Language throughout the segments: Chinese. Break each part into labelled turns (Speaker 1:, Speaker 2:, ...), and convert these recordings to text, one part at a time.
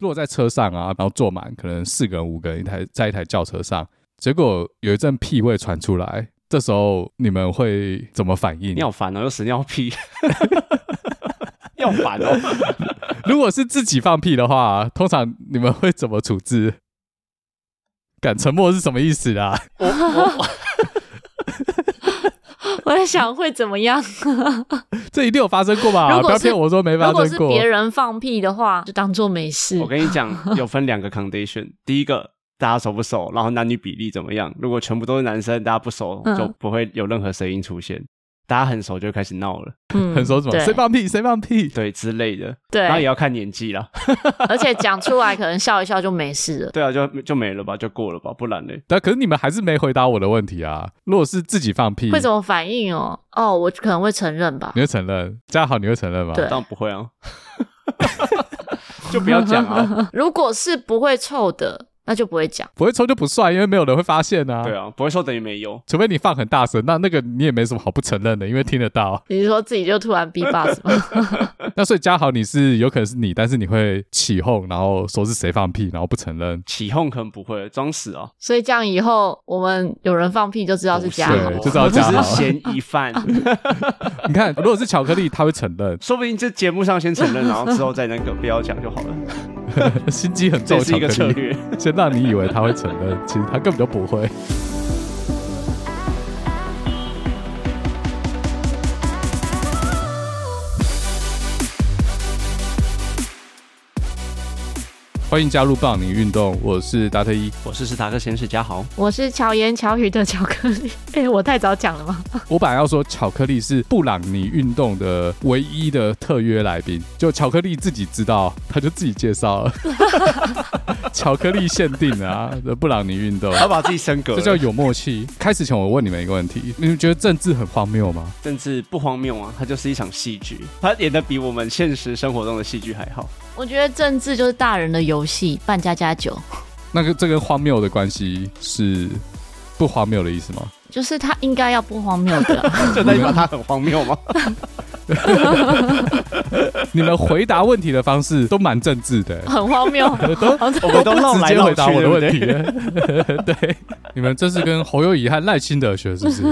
Speaker 1: 如果在车上啊，然后坐满可能四个人、五个人一台在一台轿车上，结果有一阵屁味传出来，这时候你们会怎么反应？
Speaker 2: 你好烦哦，又屎尿 屁，要烦哦。
Speaker 1: 如果是自己放屁的话，通常你们会怎么处置？ 敢沉默是什么意思啊？
Speaker 2: 我我
Speaker 3: 我在想会怎么样？
Speaker 1: 这一定有发生过吧？
Speaker 3: 如
Speaker 1: 不
Speaker 3: 果
Speaker 1: 要
Speaker 3: 是
Speaker 1: 骗我说没发
Speaker 3: 如果
Speaker 1: 生
Speaker 3: 是
Speaker 1: 过。
Speaker 3: 别人放屁的话，就当做没事
Speaker 2: 我。跟你讲，有分两个 condition，第一个大家熟不熟，然后男女比例怎么样。如果全部都是男生，大家不熟
Speaker 3: 嗯
Speaker 2: 就不会有任何声音出现；大家很熟就会开始闹了，
Speaker 3: 嗯
Speaker 1: 很说什么？谁
Speaker 3: 对
Speaker 1: 放屁？谁放屁？
Speaker 2: 对之类的。
Speaker 3: 对
Speaker 2: 然，
Speaker 1: 啊
Speaker 2: 后也要看年纪啦。
Speaker 3: 而且讲出来可能笑一笑就没事了。
Speaker 1: 嗯
Speaker 2: 对啊，就就没了吧，就过了吧，不然嘞。
Speaker 1: 但可是你们还是没回答我的问题啊！如果是自己放屁，
Speaker 3: 会怎么反应哦？哦，我可能会承认吧
Speaker 1: 你。会承认？嘉豪，你会承认吗？
Speaker 3: 对
Speaker 2: 当然不会啊， 就不要讲
Speaker 1: 嗯
Speaker 2: 啊。
Speaker 3: 如果是不会臭的，那就不会讲。。
Speaker 1: 不会抽就不算，因为没有人会发现啊。
Speaker 2: 对啊，不会说等于没有。
Speaker 1: 除非你放很大声，那那个你也没什么好不承认的，因为听得到
Speaker 3: 你是说自己就突然 B box 吗？
Speaker 1: 那所以嘉豪，你是有可能是你，但是你会起哄，然后说是谁放屁，然后不承认。
Speaker 2: 起哄可能不会，装死啊，
Speaker 3: 所以这样以后我们有人放屁就知道是假
Speaker 1: 不
Speaker 3: 的哦
Speaker 1: 对是，
Speaker 2: 的，
Speaker 1: 就知道
Speaker 2: 我只
Speaker 1: 假的
Speaker 2: 是嫌疑 犯，，
Speaker 1: 你看，如果是巧克力，他会承认
Speaker 2: 说不定这节目上先承 认，然后之后再那个不要讲就好了，
Speaker 1: 心机很重
Speaker 2: 这
Speaker 1: 的
Speaker 2: 是
Speaker 1: 巧
Speaker 2: 一个策
Speaker 1: 克力，
Speaker 2: 略。
Speaker 1: 先让你以为他会承认，其实他根本就不会。欢迎加入棒宁运动，我是达特一。
Speaker 2: 我是史塔克先生，家 豪，
Speaker 3: 我是巧言巧语的巧克力。 哎、我太早讲了吗？
Speaker 1: 我本来要说巧克力是布朗尼运动的唯一的特约来宾，就巧克力自己知道，他就自己介绍了。 巧克力限定啊，布朗尼运动，
Speaker 2: 他把自己升格
Speaker 1: 这叫
Speaker 2: 了，
Speaker 1: 有默契。开始前我问你们一个问题：你们觉得政治很荒谬吗？
Speaker 2: 政治不荒谬啊，它就是一场戏剧，他演的比我们现实生活中的戏剧还 好。
Speaker 3: 我觉得政治就是大人的游戏，扮家家酒，
Speaker 1: 那个这跟荒谬的关系是不荒谬的意思吗？
Speaker 3: 就是他应该要不荒谬的啊、
Speaker 2: 就代表他很荒谬吗？
Speaker 1: 你们回答问题的方式都蛮政治的、 欸
Speaker 3: 很 荒谬。好像
Speaker 2: 我们都绕
Speaker 1: 直
Speaker 2: 来
Speaker 1: 接
Speaker 2: 绕
Speaker 1: 回答
Speaker 2: 去，
Speaker 1: 我的
Speaker 2: 对不
Speaker 1: 问题
Speaker 2: 对？
Speaker 1: 了。 对，你们这是跟侯友谊和赖清德学是不是？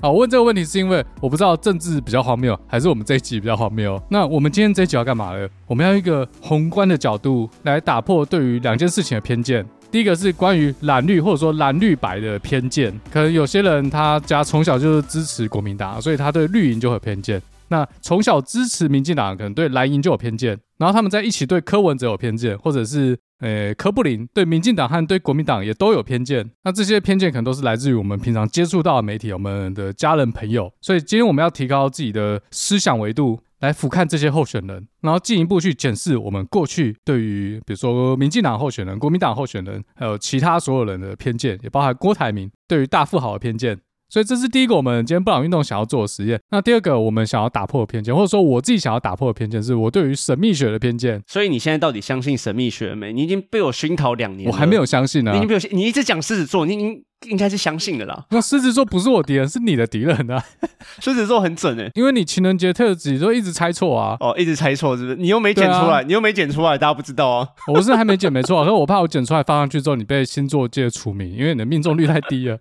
Speaker 1: 好，我问这个问题是因为我不知道政治比较荒谬，还是我们这一集比较荒谬。那我们今天这一集要干嘛呢？我们要一个宏观的角度来打破对于两件事情的偏见。第一个是关于蓝绿或者说蓝绿白的偏见，可能有些人他家从小就是支持国民党，所以他对绿营就很偏见。那从小支持民进党，可能对蓝营就有偏见，然后他们在一起对柯文哲有偏见，或者是呃柯布林对民进党和对国民党也都有偏见。那这些偏见可能都是来自于我们平常接触到的媒体、我们的家人、朋友。所以今天我们要提高自己的思想维度。来俯瞰这些候选人，然后进一步去检视我们过去对于比如说民进党候选人、国民党候选人，还有其他所有人的偏见，也包含郭台铭对于大富豪的偏见。所以这是第一个，我们今天布朗运动想要做的实验。那第二个，我们想要打破的偏见，或者说我自己想要打破的偏见，是我对于神秘学的偏见，
Speaker 2: 所以你现在到底相信神秘学没？你已经被我熏啊陶两年，
Speaker 1: 我还没有，相信呢、啊
Speaker 2: 你已经被我，你一直讲狮子座，你已经应该是相信的啦。
Speaker 1: 那狮子座不是我敌人，是你的敌人啊！
Speaker 2: 狮子座很准诶、
Speaker 1: 因为你情人节特辑都一直猜错 啊，
Speaker 2: 哦，一直猜错是不是？你又没剪出
Speaker 1: 对
Speaker 2: 来，
Speaker 1: 啊
Speaker 2: 你又没剪出来，大家不知道啊。
Speaker 1: 我是还没剪没错啊，可是我怕我剪出来放上去之后，你被星座界除名，因为你的命中率太低了，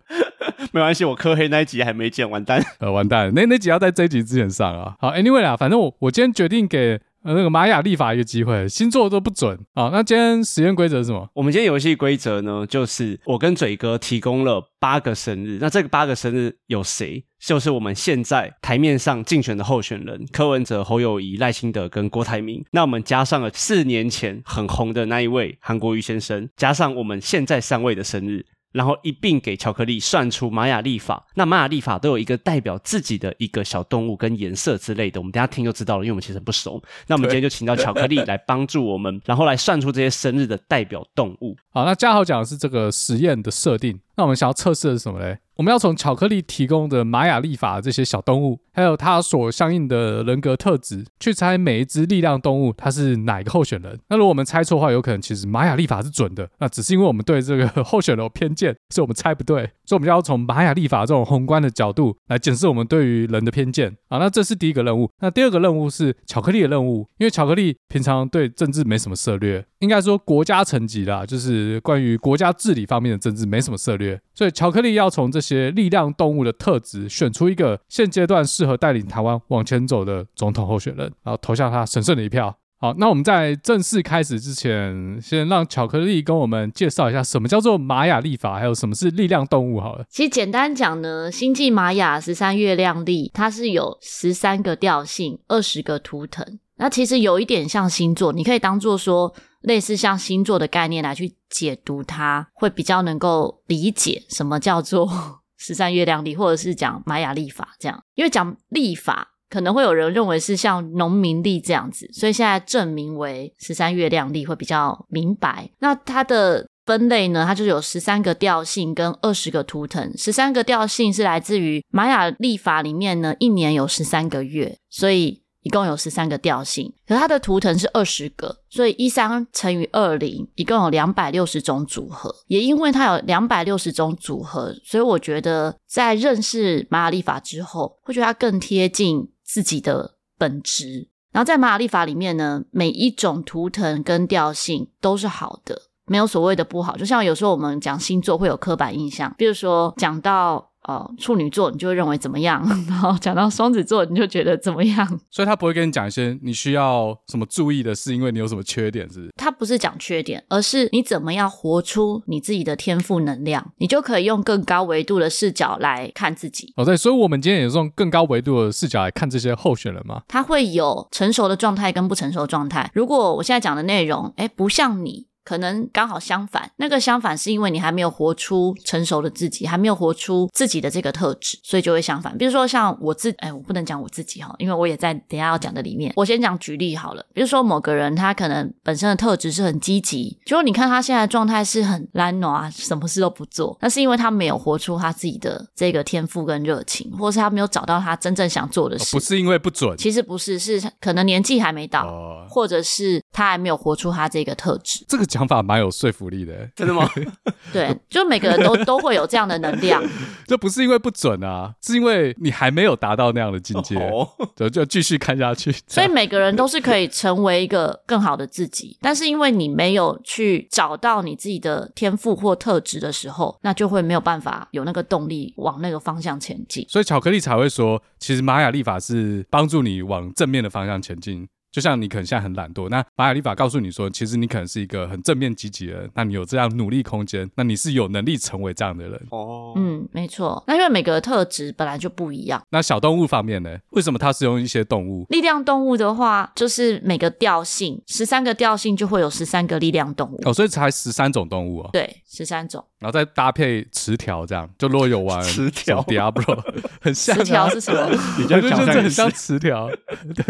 Speaker 2: 没关系，我科黑那一集还没剪，完蛋。
Speaker 1: 呃，完蛋了，那那集要在这一集之前上啊。好，anyway 啦，反正我我今天决定给呃那个玛雅历法一个机会，星座都不准啊。那今天实验规则是什么？
Speaker 2: 我们今天游戏规则呢，就是我跟嘴哥提供了八个生日，那这个八个生日有谁？就是我们现在台面上竞选的候选人柯文哲、侯友谊、赖清德跟郭台铭。那我们加上了四年前很红的那一位韩国瑜先生，加上我们现在三位的生日。然后一并给巧克力算出玛雅历法，那玛雅历法都有一个代表自己的一个小动物跟颜色之类的，我们等一下听就知道了，因为我们其实不熟。那我们今天就请到巧克力来帮助我们，然后来算出这些生日的代表动物。
Speaker 1: 好，那嘉豪讲的是这个实验的设定，那我们想要测试的是什么嘞？我们要从巧克力提供的玛雅历法的这些小动物，还有它所相应的人格特质，去猜每一只力量动物它是哪一个候选人。那如果我们猜错的话，有可能其实玛雅历法是准的，那只是因为我们对这个 候选人有偏见，所以我们猜不对。所以我们就要从玛雅历法这种宏观的角度来检视我们对于人的偏见啊。那这是第一个任务。那第二个任务是巧克力的任务，因为巧克力平常对政治没什么涉略，应该说国家层级啦，就是关于国家治理方面的政治没什么涉略，所以巧克力要从这些力量动物的特质选出一个现阶段适合带领台湾往前走的总统候选人，然后投向他神圣的一票。好，那我们在正式开始之前，先让巧克力跟我们介绍一下什么叫做玛雅历法，还有什么是力量动物好了。
Speaker 3: 其实简单讲呢，星际玛雅十三月亮历，它是有十三个调性，二十个图腾。那其实有一点像星座，你可以当做说类似像星座的概念来去解读它，会比较能够理解什么叫做 十三月亮历，或者是讲玛雅历法这样。因为讲历法，可能会有人认为是像农民历这样子，所以现在证明为十三月亮历会比较明白。那它的分类呢，它就有十三个调性跟二十个图腾。十三个调性是来自于玛雅历法里面呢，一年有十三个月，所以一共有十三个调性。可是它的图腾是二十个，所以一三乘以二零，一共有两百六十种组合。也因为它有两百六十种组合，所以我觉得在认识玛雅历法之后，会觉得它更贴近自己的本质。然后在玛雅历法里面呢，每一种图腾跟调性都是好的，没有所谓的不好。就像有时候我们讲星座会有刻板印象，比如说讲到呃处女座，你就会认为怎么样； 然后讲到双子座，你就觉得怎么样。
Speaker 1: 所以他不会跟你讲一些你需要什么注意的事，因为你有什么缺点，是不是？
Speaker 3: 它不是讲缺点，而是你怎么样活出你自己的天赋能量，你就可以用更高维度的视角来看自己。
Speaker 1: 哦，对，所以我们今天也是用更高维度的视角来看这些候选人嘛。
Speaker 3: 它会有成熟的状态跟不成熟的状态。如果我现在讲的内容，哎，不像你，可能刚好相反。那个相反是因为你还没有活出成熟的自己，还没有活出自己的这个特质，所以就会相反。比如说像我自，哎，我不能讲我自己哈，因为我也在等一下要讲的里面。我先讲举例好了，比如说某个人他可能本身的特质是很积极，结果你看他现在的状态是很懒惰啊，什么事都不做，那是因为他没有活出他自己的这个天赋跟热情，或是他没有找到他真正想做的
Speaker 1: 哦
Speaker 3: 事。
Speaker 1: 不是因为不准
Speaker 3: 其实不啊是，是可能年纪还没到，
Speaker 1: 哦，
Speaker 3: 或者是他还没有活出他这个特质。
Speaker 1: 这个讲法蛮有说服力的，欸
Speaker 2: 真的 吗？
Speaker 1: 哦
Speaker 3: 对，就每个人 都都会有这样的能量。
Speaker 1: 这不是因为不准啊，是因为你还没有达到那样的境界，
Speaker 2: 哦，
Speaker 1: 就就继续看下去。
Speaker 3: 所以每个人都是可以成为一个更好的自己，但是因为你没有去找到你自己的天赋或特质的时候，那就会没有办法有那个动力往那个方向前进。
Speaker 1: 所以巧克力才会说，其实玛雅历法是帮助你往正面的方向前进。就像你可能现在很懒惰，那玛雅历法告诉你说，其实你可能是一个很正面积极的人，那你有这样努力空间，那你是有能力成为这样的人。
Speaker 2: 哦，
Speaker 3: 嗯，没错。那因为每个特质本来就不一样。
Speaker 1: 那小动物方面呢？为什么它是用一些动物？
Speaker 3: 力量动物的话，就是每个调性，十三个调性就会有十三个力量动物。
Speaker 1: 哦，所以才十三种动物哦，
Speaker 3: 对，十三种。
Speaker 1: 然后再搭配词条，这样就如果 有玩
Speaker 2: 词条
Speaker 1: Diablo 很像、啊，
Speaker 3: 十条是什么？
Speaker 2: 你这
Speaker 1: 我
Speaker 2: 样
Speaker 1: 就
Speaker 2: 讲
Speaker 1: 觉得
Speaker 2: 好像
Speaker 1: 很
Speaker 2: 也
Speaker 1: 像
Speaker 2: 是
Speaker 1: 词条。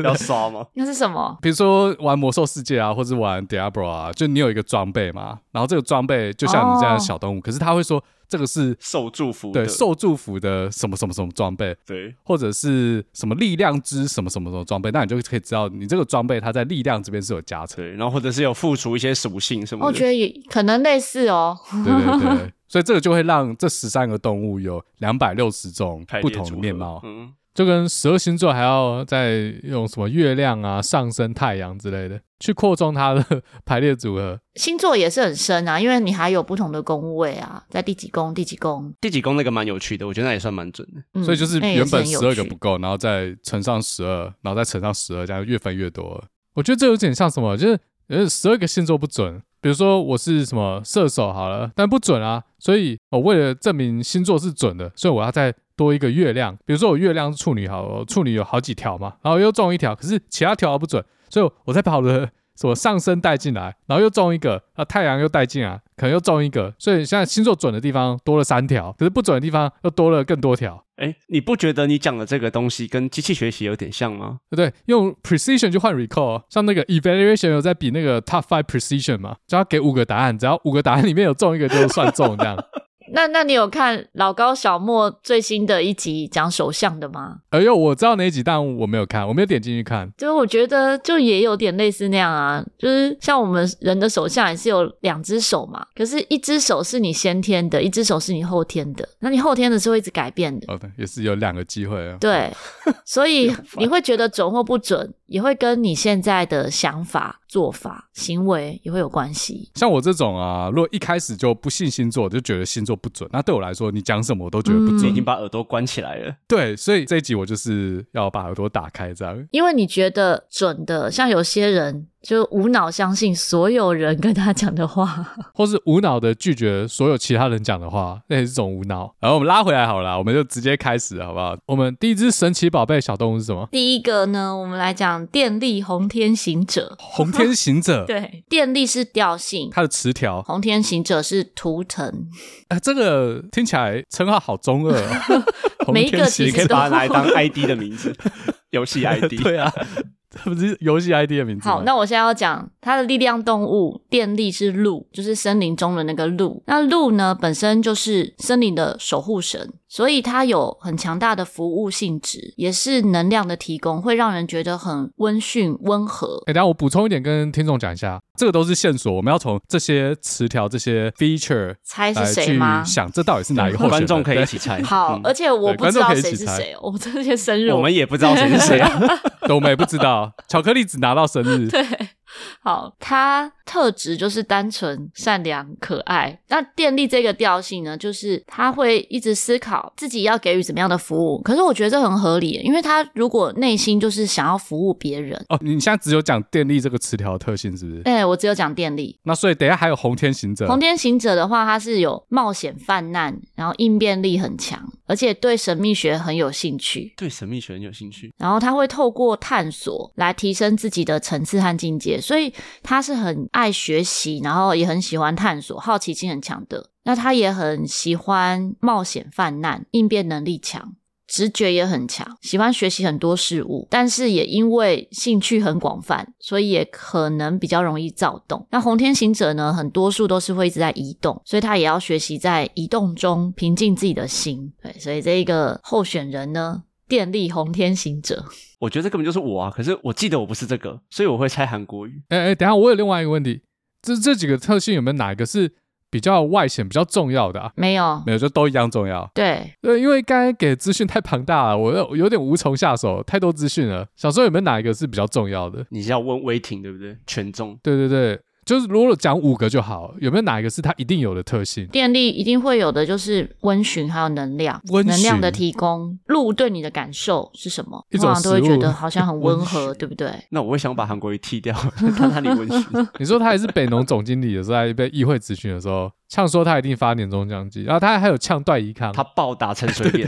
Speaker 2: 要刷吗？
Speaker 3: 那是什么？
Speaker 1: 比如说玩魔兽世界啊，或者玩 Diablo 啊，就你有一个装备嘛，然后这个装备就像你这样的小动物，可是他会说这个是
Speaker 2: 受祝福哦的，
Speaker 1: 对受祝福的什么什么什么装备，
Speaker 2: 对
Speaker 1: 或者是什么力量之什么什么什么装备，那你就可以知道你这个装备它在力量这边是有加成，
Speaker 2: 对，然后或者是有付出一些属性什么的，
Speaker 3: 哦我觉得也可能类似哦。
Speaker 1: 对对 对。所以这个就会让这十三个动物有两百六十种
Speaker 2: 排列
Speaker 1: 不同
Speaker 2: 组
Speaker 1: 的
Speaker 2: 合
Speaker 1: 面貌，
Speaker 2: 嗯，
Speaker 1: 就跟十二星座还要再用什么月亮啊、上升、太阳之类的去扩充它的 排列组合。
Speaker 3: 星座也是很深啊，因为你还有不同的宫位啊，在第几宫、第几宫，
Speaker 2: 第几宫那个蛮有趣的，我觉得那也算蛮准的。
Speaker 3: 嗯
Speaker 1: 所以就是
Speaker 3: 那也
Speaker 1: 原本
Speaker 3: 很
Speaker 1: 十
Speaker 3: 有
Speaker 1: 二个
Speaker 3: 趣
Speaker 1: 不够，然后再乘上十二，然后再乘上十二，这样越分越多。我觉得这有点像什么，就是呃十二个星座不准。比如说我是什么射手好了，但不准啊，所以我为了证明星座是准的，所以我要再多一个月亮。比如说我月亮是处女好了，我处女有好几条嘛，然后又中一条，可是其他条不准，所以我再把我的什么上升带进来，然后又中一个，啊太阳又带进来，可能又中一个，所以现在星座准的地方多了三条，可是不准的地方又多了更多条。
Speaker 2: 哎，你不觉得你讲的这个东西跟机器学习有点像吗？
Speaker 1: 对不对？用 precision 去换 recall，像那个 evaluation 有在 比那个 top five precision 嘛，就要给五个答案，只要五个答案里面有中一个就算中这样。
Speaker 3: 那那你有看老高小莫最新的一集讲首相的吗？
Speaker 1: 哎呦，我知道那一集，但我没有看，我没有点进去看。
Speaker 3: 就是我觉得就也有点类似那样啊，就是像我们人的手相也是有两只手嘛，可是一只手是你先天的，一只手是你后天的，那你后天的是会一直改变的。
Speaker 1: 好的，哦也是有两个机会啊。
Speaker 3: 对，所以你会觉得准或不准，也会跟你现在的想法、做法、行为也会有关系。
Speaker 1: 像我这种啊，如果一开始就不信星座，就觉得星座不准，那对我来说，你讲什么我都觉得不
Speaker 2: 你
Speaker 1: 准。
Speaker 2: 已经把耳朵关起来了。
Speaker 1: 对，所以这一集我就是要把耳朵打开，这样。
Speaker 3: 因为你觉得准的，像有些人就无脑相信所有人跟他讲的话，
Speaker 1: 或是无脑的拒绝所有其他人讲的话，那也是种无脑。然后我们拉回来好了啦，我们就直接开始好不好？我们第一只神奇宝贝小动物是什么？
Speaker 3: 第一个呢，我们来讲电力红天行者。
Speaker 1: 红天行者。
Speaker 3: 对，电力是调性，
Speaker 1: 它的词条，
Speaker 3: 红天行者是图腾，
Speaker 1: 哎、这个听起来称号好中二、哦。红
Speaker 3: 每一个
Speaker 1: 天行
Speaker 3: 其
Speaker 2: 你
Speaker 3: 实
Speaker 2: 可以
Speaker 1: 者
Speaker 2: 把它拿来当 ID 的名字， 游 戏 ID。
Speaker 1: 对啊，这不是游戏 ID 的名字吗
Speaker 3: 好，那我现在要讲它的力量动物，电力是鹿，就是森林中的那个鹿。那鹿呢，本身就是森林的守护神，所以它有很强大的服务性质，也是能量的提供，会让人觉得很温驯、温和。
Speaker 1: 哎、等一下我补充一点，跟听众讲一下，这个都是线索，我们要从这些词条、这些 feature
Speaker 3: 猜
Speaker 1: 来
Speaker 3: 哎是谁
Speaker 1: 去
Speaker 3: 吗？
Speaker 1: 想，这到底是哪一个候选人
Speaker 2: 观众可以
Speaker 1: 对
Speaker 2: 一起猜。
Speaker 3: 好，呃
Speaker 2: 嗯
Speaker 3: 而且我
Speaker 1: 对
Speaker 3: 不
Speaker 1: 观
Speaker 3: 知
Speaker 1: 众
Speaker 3: 道
Speaker 1: 可以一
Speaker 3: 谁
Speaker 1: 起
Speaker 3: 是
Speaker 1: 猜
Speaker 3: 谁，哦我这些生日
Speaker 2: 我们也不知道谁是谁 啊。
Speaker 1: 对我们也不知 道，巧克力只拿到生日，
Speaker 3: 对，好，它特质就是单纯、善良、可爱。那电力这个调性呢，就是他会一直思考自己要给予怎么样的服务。可是我觉得这很合理，因为他如果内心就是想要服务别人。
Speaker 1: 哦，你现在只有讲电力这个词条的特性是不是？
Speaker 3: 哎、我只有讲电力。
Speaker 1: 那所以等一下还有红天行者，
Speaker 3: 红天行者的话，他是有冒险犯难，然后应变力很强，而且对神秘学很有兴趣。
Speaker 2: 对神秘学很有兴趣，
Speaker 3: 然后他会透过探索来提升自己的层次和境界，所以他是很爱学习，然后也很喜欢探索，好奇心很强的。那他也很喜欢冒险犯难，应变能力强。直觉也很强，喜欢学习很多事物，但是也因为兴趣很广泛，所以也可能比较容易躁动。那红天行者呢，很多数都是会一直在移动，所以他也要学习在移动中平静自己的心。对，所以这一个候选人呢，电力红天行者，
Speaker 2: 我觉得这根本就是我啊。可是我记得我不是这个，所以我会猜韩国语。
Speaker 1: 哎哎，等一下我有另外一个问题，这这几个特性有没有哪一个是比较外显、比较重要的啊？
Speaker 3: 没有，
Speaker 1: 没有，就都一样重要。
Speaker 3: 对，
Speaker 1: 对，因为刚才给资讯太庞大了，我有有点无从下手，太多资讯了。想说有没有哪一个是比较重要的？
Speaker 2: 你是要问威霆对不对？全中
Speaker 1: 对对对，就是如果讲五个就好，有没有哪一个是它一定有的特性？
Speaker 3: 电力一定会有的就是温煦，还有能量，
Speaker 1: 温煦
Speaker 3: 能量的提供，鹿对你的感受是什么？
Speaker 1: 一
Speaker 3: 通
Speaker 1: 种
Speaker 3: 常都会
Speaker 1: 食物
Speaker 3: 觉得好像很温和，
Speaker 2: 温煦
Speaker 3: 对不对？
Speaker 2: 那我会想把韩国瑜剃掉， 看他里温 驯。
Speaker 1: 你说他还是北农总经理的时候，在被议会咨询的时候，呛说他一定发年终奖金，然后他还有呛段宜康，
Speaker 2: 他暴打陈水扁，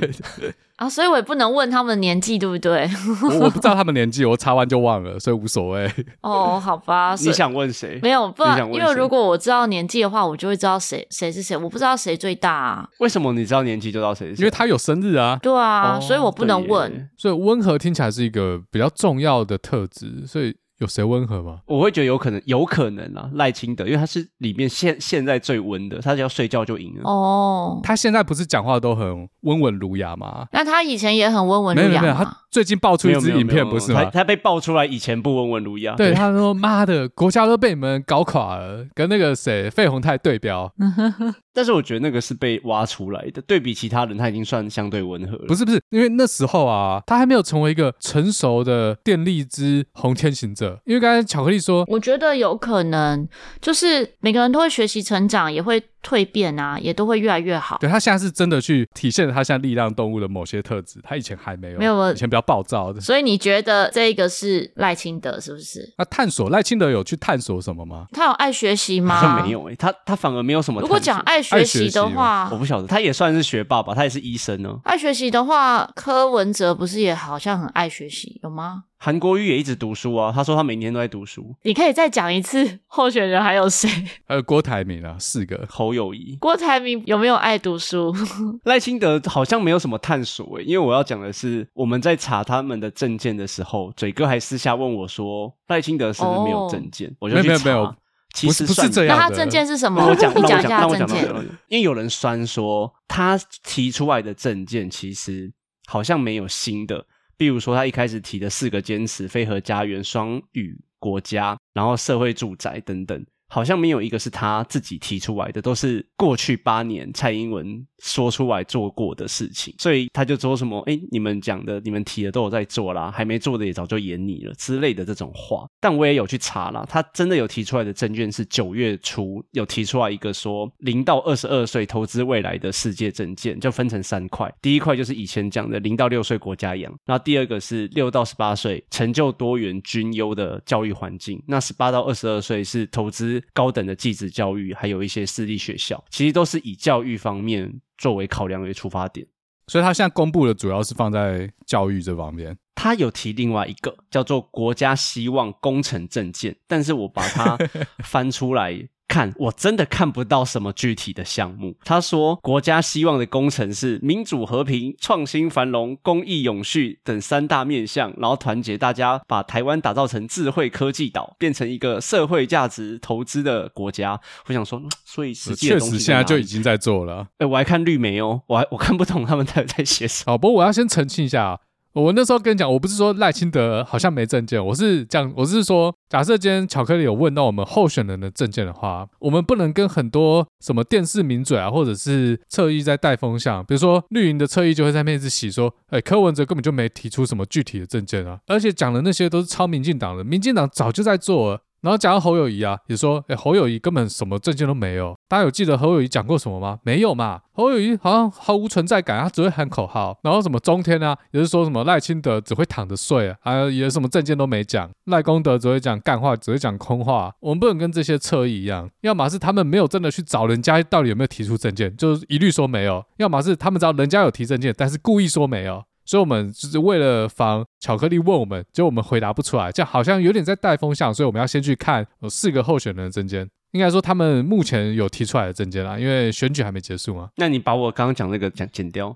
Speaker 3: 啊，所以我也不能问他们的年纪，对不对？
Speaker 1: 我我不知道他们年纪，我查完就忘了，所以无所谓。
Speaker 3: 哦，好吧，所
Speaker 2: 你
Speaker 3: 以
Speaker 2: 想问谁？
Speaker 3: 没有不
Speaker 2: 你想
Speaker 3: 然，
Speaker 2: 问
Speaker 3: 因为
Speaker 2: 谁
Speaker 3: 如果我知道年纪的话，我就会知道谁谁是谁。我不知道谁最大、啊，
Speaker 2: 为什么你知道年纪就知道谁是 谁？
Speaker 1: 因为他有生日啊，
Speaker 3: 对啊，
Speaker 1: 哦
Speaker 3: 所以我不能
Speaker 2: 对
Speaker 3: 问。
Speaker 2: 耶。
Speaker 1: 所以温和听起来是一个比较重要的特质。所以有谁温和吗？
Speaker 2: 我会觉得有可能，有可能啊，赖清德，因为他是里面现现在最温的，他只要睡觉就赢了。
Speaker 3: 哦，
Speaker 1: 他现在不是讲话都很温文儒雅吗？
Speaker 3: 那他以前也很温文
Speaker 1: 没有
Speaker 3: 儒
Speaker 1: 没有
Speaker 3: 雅
Speaker 1: 没有，
Speaker 3: 嘛
Speaker 1: 他？最近爆出一
Speaker 2: 没有
Speaker 1: 支
Speaker 2: 没有
Speaker 1: 影
Speaker 2: 没有
Speaker 1: 片不是
Speaker 2: 他
Speaker 1: 吗？
Speaker 2: 他被爆出来以前不温文儒雅，
Speaker 1: 对，他说妈的，国家都被你们搞垮了，跟那个谁费鸿泰对标，
Speaker 3: 嗯
Speaker 2: 但是我觉得那个是被挖出来的，对比其他人，他已经算相对温和了。
Speaker 1: 不是不是，因为那时候啊，他还没有成为一个成熟的电力之红天行者。因为刚才巧克力说，
Speaker 3: 我觉得有可能，就是每个人都会学习成长，也会蜕变啊，也都会越来越好。
Speaker 1: 对他现在是真的去体现了他现在力量动物的某些特质，他以前还没有，
Speaker 3: 没有我
Speaker 1: 以前比较暴躁的。
Speaker 3: 所以你觉得这个是赖清德是不是？
Speaker 1: 那探索赖清德有去探索什么吗？
Speaker 3: 他有爱学习
Speaker 2: 好
Speaker 3: 吗？
Speaker 2: 像没。有诶、欸他他反而没有什么探索。
Speaker 3: 如果讲爱学习的话
Speaker 2: 我，不晓得，他也算是学霸吧，他也是医生呢、
Speaker 3: 爱学习的话，柯文哲不是也好像很爱学习，有吗？
Speaker 2: 韩国瑜也一直读书啊，他说他每年都在读书。
Speaker 3: 你可以再讲一次候选人还有谁？
Speaker 1: 还有郭台铭啊，四个。
Speaker 2: 侯友谊、
Speaker 3: 郭台铭有没有爱读书？
Speaker 2: 赖清德好像没有什么探索欸诶、因为我要讲的是，我们在查他们的证件的时候，嘴哥还私下问我说，赖清德是不是没有证件？我就
Speaker 1: 没有
Speaker 2: 去
Speaker 1: 没有没
Speaker 2: 查
Speaker 1: 有，
Speaker 2: 其实
Speaker 1: 不是
Speaker 2: 算
Speaker 1: 不是这
Speaker 3: 那
Speaker 1: 样
Speaker 3: 他
Speaker 1: 的
Speaker 3: 证件是 什么？
Speaker 2: 让我讲，
Speaker 3: 你
Speaker 2: 让我
Speaker 3: 讲
Speaker 2: 讲，
Speaker 3: 一下
Speaker 2: 让我
Speaker 3: 证
Speaker 2: 讲，让我
Speaker 3: 件
Speaker 2: 讲。。因为有人酸说，他提出来的证件其实好像没有新的，比如说他一开始提的四个坚持：非核家园、双语国家，然后社会住宅等等，好像没有一个是他自己提出来的，都是过去八年蔡英文说出来做过的事情。所以他就说什么：“哎，你们讲的、你们提的都有在做啦，还没做的也早就演你了之类的这种话。”但我也有去查啦，他真的有提出来的证券是九月初有提出来一个说零到二十二岁投资未来的世界证件，就分成三块。第一块就是以前讲的零到六岁国家养，然后第二个是六到十八岁成就多元均优的教育环境，那十八到二十二岁是投资高等的继职教育，还有一些私立学校，其实都是以教育方面作为考量为出发点。
Speaker 1: 所以他现在公布的主要是放在教育这方面。
Speaker 2: 他有提另外一个叫做“国家希望工程证件”，但是我把 它翻出来看，我真的看不到什么具体的项目。他说，国家希望的工程是民主、和平、创新、繁荣、公益、永续等三大面向，然后团结大家，把台湾打造成智慧科技岛，变成一个社会价值投资的国家。我想说， 嗯所以实际的
Speaker 1: 确
Speaker 2: 东西
Speaker 1: 实现在就
Speaker 2: 哪
Speaker 1: 已
Speaker 2: 里，
Speaker 1: 经在做了啊。
Speaker 2: 哎、我还看绿媒哦，我还我看不懂他们在在写什么。。
Speaker 1: 好，不过我要先澄清一下、啊，我那时候跟你讲，我不是说赖清德好像没证件，我是讲，我是说，假设今天巧克力有问到我们候选人的证件的话，我们不能跟很多什么电视名嘴啊，或者是侧翼在带风向，比如说绿营的侧翼就会在那边一直洗说，哎、柯文哲根本就没提出什么具体的证件啊，而且讲的那些都是超民进党的，民进党早就在做了。然后讲到侯友谊啊，也说，哎，侯友谊根本什么证件都没有。大家有记得侯友谊讲过什么吗？没有嘛。侯友谊好像毫无存在感，他只会喊口号。然后什么中天啊，也是说什么赖清德只会躺着睡啊，啊，也什么证件都没讲。赖功德只会讲干话，只会讲空话。我们不能跟这些侧翼一样，要么是他们没有真的去找人家到底有没有提出证件，就是一律说没有；要么是他们知道人家有提证件，但是故意说没有。所以我们就是为了防巧克力问我们，结果我们回答不出来，这样好像有点在带风向，所以我们要先去看有四个候选人的证件，应该说他们目前有提出来的证件啦，因为选举还没结束嘛
Speaker 2: 那你把我刚刚讲那个讲剪掉。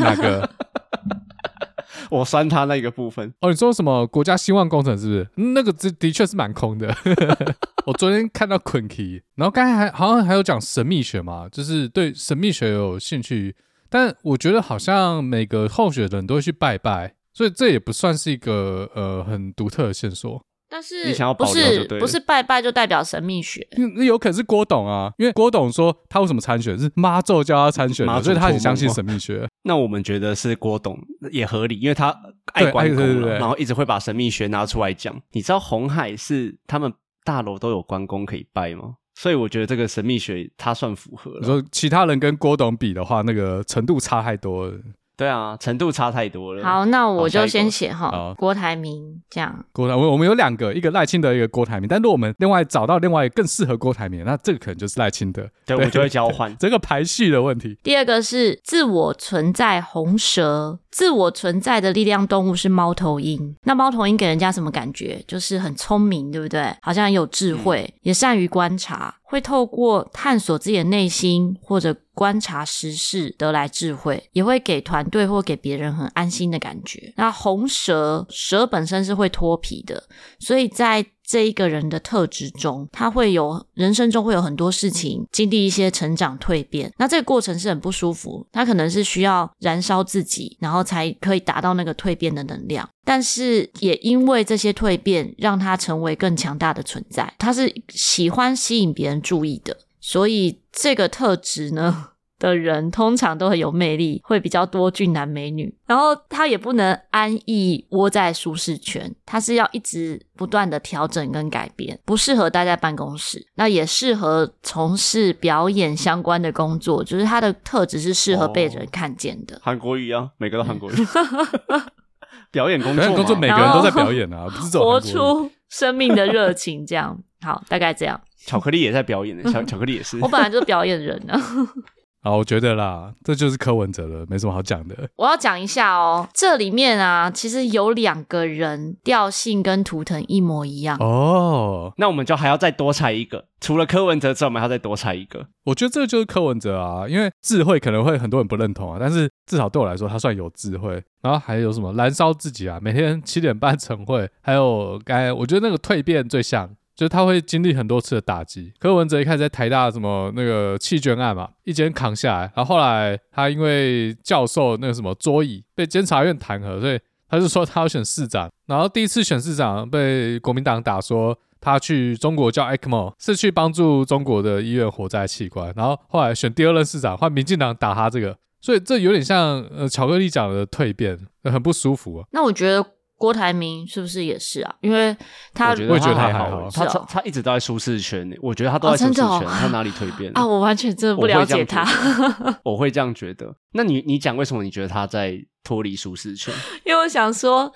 Speaker 1: 哪个？
Speaker 2: 我酸他那个部分，
Speaker 1: 哦，你说什么国家兴旺工程是不是？嗯那个 的的确是蛮空的。我昨天看到捆 key，然后刚才还好像还有讲神秘学嘛，就是对神秘学有兴趣，但我觉得好像每个候选人都会去拜拜，所以这也不算是一个呃很独特的线索。
Speaker 3: 但是
Speaker 2: 你想要
Speaker 3: 不
Speaker 2: 保留就是对了
Speaker 3: 不是拜拜就代表神秘学？
Speaker 1: 因为那有可能是郭董啊，因为郭董说他为什么参选是妈咒叫他参选
Speaker 2: 妈
Speaker 1: 的，
Speaker 2: 祖
Speaker 1: 所以他很
Speaker 2: 托梦
Speaker 1: 相信
Speaker 2: 吗
Speaker 1: 神秘学。
Speaker 2: 那我们觉得是郭董也合理，因为他爱
Speaker 1: 对哎
Speaker 2: 关公
Speaker 1: 爱对对
Speaker 2: 了，
Speaker 1: 对
Speaker 2: 然后一直会把神秘学拿出来讲。你知道红海是他们大楼都有关公可以拜吗？所以我觉得这个神秘学它算符合
Speaker 1: 你
Speaker 2: 了。
Speaker 1: 说其他人跟郭董比的话，那个程度差太多了。
Speaker 2: 对啊，程度差太多了。
Speaker 3: 好，那我就
Speaker 2: 下一
Speaker 3: 先
Speaker 2: 个
Speaker 3: 写
Speaker 1: 好
Speaker 3: 哈，郭台铭这样。
Speaker 1: 郭台，我我们有两个，一个赖清德，一个郭台铭。但如果我们另外找到另外一个更适合郭台铭，那这个可能就是赖清德。
Speaker 2: 对，我们就会交换。
Speaker 1: 这个排序的问题，
Speaker 3: 第二个是自我存在红蛇，自我存在的力量动物是猫头鹰。那猫头鹰给人家什么感觉？就是很聪明，对不对？好像很有智慧，
Speaker 2: 嗯
Speaker 3: 也善于观察，会透过探索自己的内心或者观察时事得来智慧，也会给团队或给别人很安心的感觉。那红蛇蛇本身是会脱皮的，所以在这一个人的特质中，他会有人生中会有很多事情，经历一些成长蜕变。那这个过程是很不舒服，他可能是需要燃烧自己，然后才可以达到那个蜕变的能量。但是也因为这些蜕变，让他成为更强大的存在。他是喜欢吸引别人注意的，所以这个特质呢，的人通常都很有魅力，会比较多俊男美女。然后他也不能安逸窝在舒适圈，他是要一直不断的调整跟改变，不适合待在办公室，那也适合从事表演相关的工作，就是他的特质是适合被
Speaker 2: 哦
Speaker 3: 人看见的。
Speaker 2: 韩国语啊，每个都韩 国语。表演工
Speaker 1: 表
Speaker 2: 作
Speaker 1: 演
Speaker 2: 嘛，
Speaker 1: 工作每个
Speaker 3: 然
Speaker 1: 人
Speaker 3: 后
Speaker 1: 都在表演啊，不是这种
Speaker 3: 活
Speaker 1: 韩国人
Speaker 3: 出生命的热情，这样好，大概这样。
Speaker 2: 巧克力也在表演，欸巧巧克力也是
Speaker 3: 我。本来就是表演人呢。
Speaker 1: 好，我觉得啦，这就是柯文哲了，没什么好讲的。
Speaker 3: 我要讲一下哦，这里面啊，其实有两个人调性跟图腾一模一样。
Speaker 1: 哦，
Speaker 2: 那我们就还要再多猜一个，除了柯文哲之外，我们还要再多猜一个。
Speaker 1: 我觉得这就是柯文哲啊，因为智慧可能会很多人不认同啊，但是至少对我来说，他算有智慧。然后还有什么燃烧自己啊，每天七点半晨会，还有该我觉得那个蜕变最像就是他会经历很多次的打击。柯文哲一开始在台大什么那个弃捐案嘛，一肩扛下来，然后后来他因为教授那个什么桌椅被监察院弹劾，所以他就说他要选市长。然后第一次选市长被国民党打说他去中国叫 ECMO，是去帮助中国的医院火灾器官。然后后来选第二任市长换民进党打他这个，所以这有点像呃巧克力奖的蜕变，呃很不舒服啊。
Speaker 3: 那我觉得郭台铭是不是也是啊？因为他
Speaker 2: 我觉
Speaker 1: 我
Speaker 2: 得
Speaker 1: 也觉得
Speaker 2: 他
Speaker 1: 他
Speaker 2: 还
Speaker 1: 还
Speaker 2: 好欸
Speaker 1: 好，
Speaker 2: 他
Speaker 3: 是
Speaker 2: 他
Speaker 3: 哦
Speaker 2: 他一直都在舒适圈，我觉得他都
Speaker 3: 哦
Speaker 2: 在舒适
Speaker 3: 真的哦
Speaker 2: 圈，他哪里蜕 变了
Speaker 3: 啊，？我完全真的
Speaker 2: 我
Speaker 3: 不
Speaker 2: 会
Speaker 3: 了
Speaker 2: 这
Speaker 3: 解
Speaker 2: 样
Speaker 3: 他，
Speaker 2: 我会这样觉得。那你你讲为什么你觉得他在脱离舒适圈？
Speaker 3: 因为我想说。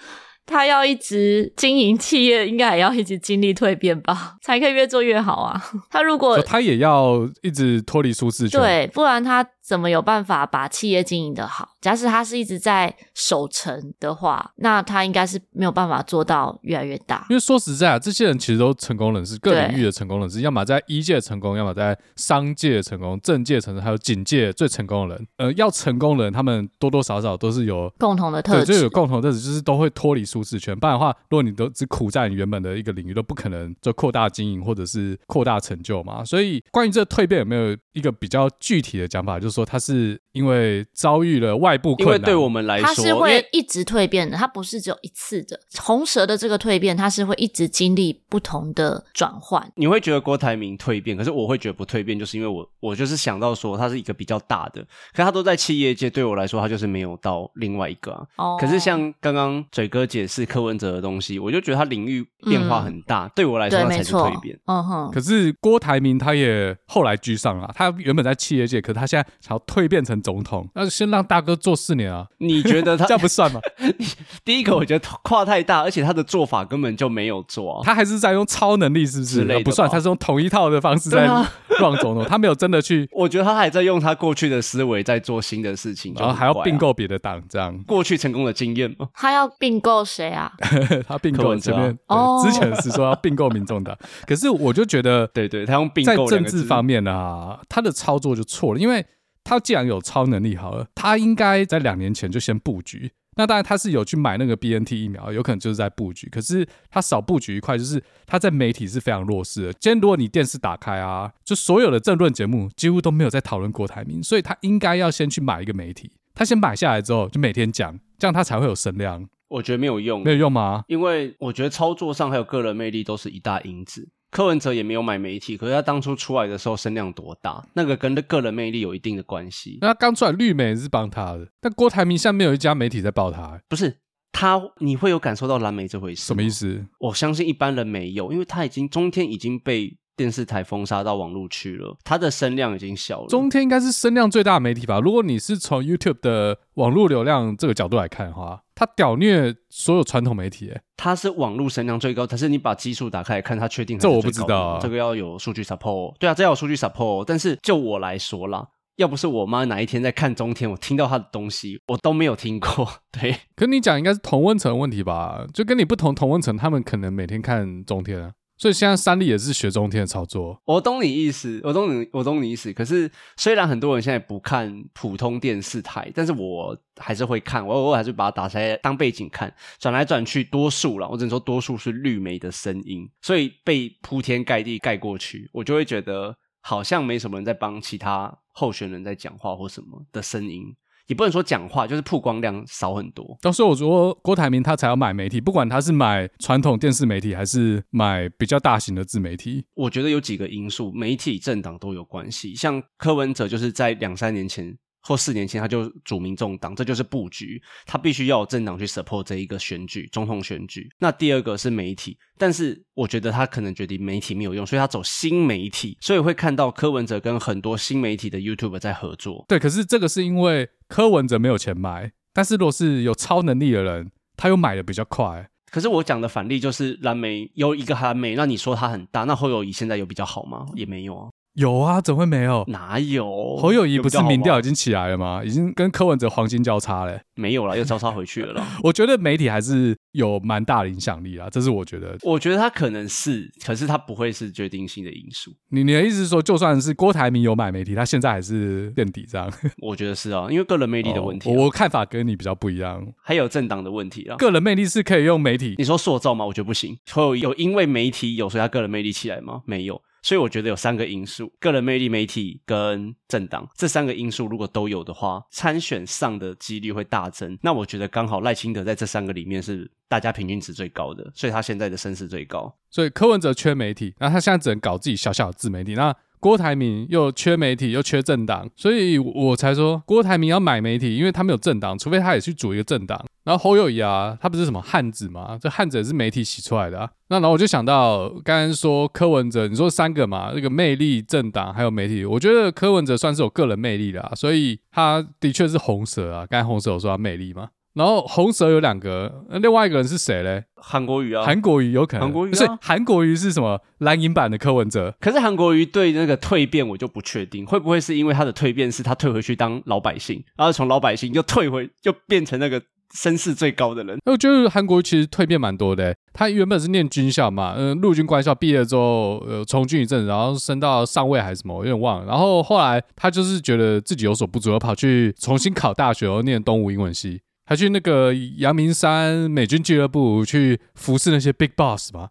Speaker 3: 他要一直经营企业，应该也要一直经历蜕变吧，才可以越做越好啊。他如果
Speaker 1: 所以他也要一直脱离舒适圈，
Speaker 3: 对，不然他怎么有办法把企业经营的好？假使他是一直在守城的话，那他应该是没有办法做到越来越大。
Speaker 1: 因为说实在啊，这些人其实都成功人士，各
Speaker 3: 对
Speaker 1: 领域的成功人士，要么在医界成功，要么在商界成功、政界成功，还有警界最成功的人。呃，要成功的人，他们多多少少都是有。
Speaker 3: 共同的
Speaker 1: 对，
Speaker 3: 特
Speaker 1: 就有
Speaker 3: 质，
Speaker 1: 共同特质，就是都会脱离舒适圈。不然的话，如果你都只苦在你原本的一个领域，都不可能就扩大经营或者是扩大成就嘛。所以，关于这个蜕变有没有一个比较具体的讲法？就是说，他是因为遭遇了外部
Speaker 2: 因
Speaker 1: 困难，
Speaker 2: 为对我们来
Speaker 3: 他
Speaker 2: 说，
Speaker 3: 是
Speaker 2: 因为
Speaker 3: 会一直蜕变的，他不是只有一次的。红蛇的这个蜕变，它是会一直经历不同的转换。
Speaker 2: 你会觉得郭台铭蜕变，可是我会觉得不蜕变，就是因为我我就是想到说他是一个比较大的，可他都在企业界，对我来说他就是没有到另外一个啊。
Speaker 3: 哦，
Speaker 2: 可是像刚刚嘴哥解释柯文哲的东西，我就觉得他领域变化很大，对我来说
Speaker 3: 嗯对，
Speaker 2: 他
Speaker 3: 没
Speaker 2: 才是
Speaker 3: 错
Speaker 2: 蜕变。，
Speaker 3: 嗯哼，
Speaker 1: 可是郭台铭他也后来居上了，他原本在企业界，可是他现在想要蜕变成总统，那就先让大哥做四年啊，
Speaker 2: 你觉 得他
Speaker 1: 这样不算 吗？
Speaker 2: 第一个我觉得跨太大，而且他的做法根本就没有做啊。
Speaker 1: 他还是在用超能力，是不
Speaker 2: 之
Speaker 1: 是？
Speaker 2: 类的吧
Speaker 1: 不算，他是用同一套的方式在
Speaker 2: 对啊
Speaker 1: 让总统，他没有真的 去，
Speaker 2: 我觉得他还在用他过去的思维在做新的事情，就
Speaker 1: 然后
Speaker 2: 很
Speaker 1: 还要
Speaker 2: 怪啊
Speaker 1: 并购别的党，这样
Speaker 2: 过去成功的经验嘛。
Speaker 3: 他要并购谁啊？
Speaker 1: 他并
Speaker 2: 柯
Speaker 1: 购
Speaker 2: 文哲
Speaker 1: 前
Speaker 2: 啊
Speaker 1: 面
Speaker 3: 哦
Speaker 1: 对之前是说要并购民众党， 可是我就觉得
Speaker 2: 对对，他用并
Speaker 1: 在
Speaker 2: 购两
Speaker 1: 政
Speaker 2: 个
Speaker 1: 治
Speaker 2: 字
Speaker 1: 方面啊，他的操作就错了，因为他既然有超能力好了，他应该在两年前就先布局。那当然他是有去买那个 BNT 疫苗，有可能就是在布局，可是他少布局一块，就是他在媒体是非常弱势的。今天如果你电视打开啊，就所有的政论节目几乎都没有在讨论郭台铭，所以他应该要先去买一个媒体，他先买下来之后就每天讲，这样他才会有声量，
Speaker 2: 我觉得没有用
Speaker 1: 没，有用吗？
Speaker 2: 因为我觉得操作上还有个人魅力都是一大因子。柯文哲也没有买媒体，可是他当初出来的时候声量多大，那个跟个人魅力有一定的关系。
Speaker 1: 那他刚出来绿媒也是帮他的，但郭台铭下面有一家媒体在报他、
Speaker 2: 不是他，你会有感受到蓝莓这回事？
Speaker 1: 什么意？思？
Speaker 2: 我相信一般人没有，因为他已经中天已经被电视台封杀到网络去了，他的声量已经小了。
Speaker 1: 中天应该是声量最大的媒体吧？如果你是从 YouTube 的网络流量这个角度来看的话，它屌虐所有传统媒体、欸，
Speaker 2: 他是网络声量最高，但是你把基数打开来看，他确定还是
Speaker 1: 这我不
Speaker 2: 最高
Speaker 1: 知道
Speaker 2: 的
Speaker 1: 啊
Speaker 2: 这个要有数据 support。对啊，这要有数据 support。但是就我来说啦，要不是我妈哪一天在看中天，我听到她的东西，我都没有听过。 对，
Speaker 1: 可你讲应该是同温层的问题吧？就跟你不同同温层，他们可能每天看中天啊，所以现在三立也是学中天的操作。
Speaker 2: 我懂你意思，我懂你，我懂你意思。可是虽然很多人现在不看普通电视台，但是我还是会看，我偶尔还是把它打开来当背景看，转来转去，多数啦，我只能说多数是绿媒的声音，所以被铺天盖地盖过去，我就会觉得好像没什么人在帮其他候选人在讲话或什么的声音，也不能说讲话，就是曝光量少很多。
Speaker 1: 到时候我说郭台铭他才要买媒体，不管他是买传统电视媒体还是买比较大型的自媒体，
Speaker 2: 我觉得有几个因素，媒体、政党都有关系。像柯文哲就是在两三年前或四年前，他就主民众党，这就是布局，他必须要有政党去 support 这一个选举，总统选举。那第二个是媒体，但是我觉得他可能觉得媒体没有用，所以他走新媒体，所以会看到柯文哲跟很多新媒体的 YouTube 在合作。
Speaker 1: 对，可是这个是因为柯文哲没有钱买，但是如果是有超能力的人，他又买的比较快。
Speaker 2: 可是我讲的反例就是蓝莓有一个蓝莓，那你说它很大，那侯友谊现在有比较好吗？也没有啊。
Speaker 1: 有啊，怎么会没有？
Speaker 2: 哪有？
Speaker 1: 侯友谊不是
Speaker 2: 有比较好吗
Speaker 1: 民调已经起来了吗？已经跟柯文哲黄金交叉了欸、
Speaker 2: 没有了，又交叉回去了啦。
Speaker 1: 我觉得媒体还是有蛮大的影响力啦，这是我觉得。
Speaker 2: 我觉得他可能是，可是他不会是决定性的因 素。
Speaker 1: 你你的意思是说，就算是郭台铭有买媒体，他现在还是垫底这样？
Speaker 2: 我觉得是啊，因为个人魅力的问题啊、
Speaker 1: 哦我我看法跟你比较不一样。
Speaker 2: 还有政党的问题啊。
Speaker 1: 个人魅力是可以用媒体
Speaker 2: 你说塑造吗？我觉得不行。会有有因为媒体有所以他个人魅力起来吗？没有。所以我觉得有三个因素：个人魅力、媒体跟政党这三个因素，如果都有的话，参选上的几率会大增。那我觉得刚好赖清德在这三个里面是大家平均值最高的，所以他现在的声势最高。
Speaker 1: 所以柯文哲缺媒体，那他现在只能搞自己小小的自媒体。那郭台铭又缺媒体，又缺政党，所以我才说郭台铭要买媒体，因为他没有政党，除非他也去组一个政党。然后侯友谊啊，他不是什么汉子嘛，这汉子也是媒体洗出来的、啊。那然后我就想到刚刚说柯文哲，你说三个嘛，那个魅力、政党还有媒体，我觉得柯文哲算是有个人魅力的、啊，所以他的确是红蛇啊。刚才红蛇有说他魅力嘛，然后红蛇有两个，那另外一个人是谁嘞？
Speaker 2: 韩国瑜啊，
Speaker 1: 韩国瑜有可能，
Speaker 2: 韩国瑜啊
Speaker 1: 不是韩国瑜是什么蓝银版的柯文哲？
Speaker 2: 可是韩国瑜对那个蜕变，我就不确定，会不会是因为他的蜕变是他退回去当老百姓，然后从老百姓又退回，又变成那个声势最高的人。
Speaker 1: 那我觉得韩国瑜其实蜕变蛮多的欸、他原本是念军校嘛，嗯、陆军官校毕业之后，呃，从军一阵子，然后升到上尉还是什么，我有点忘了。然后后来他就是觉得自己有所不足，又跑去重新考大学，然后念东吴英文系。还去那个阳明山美军俱乐部去服侍那些 big boss 嘛，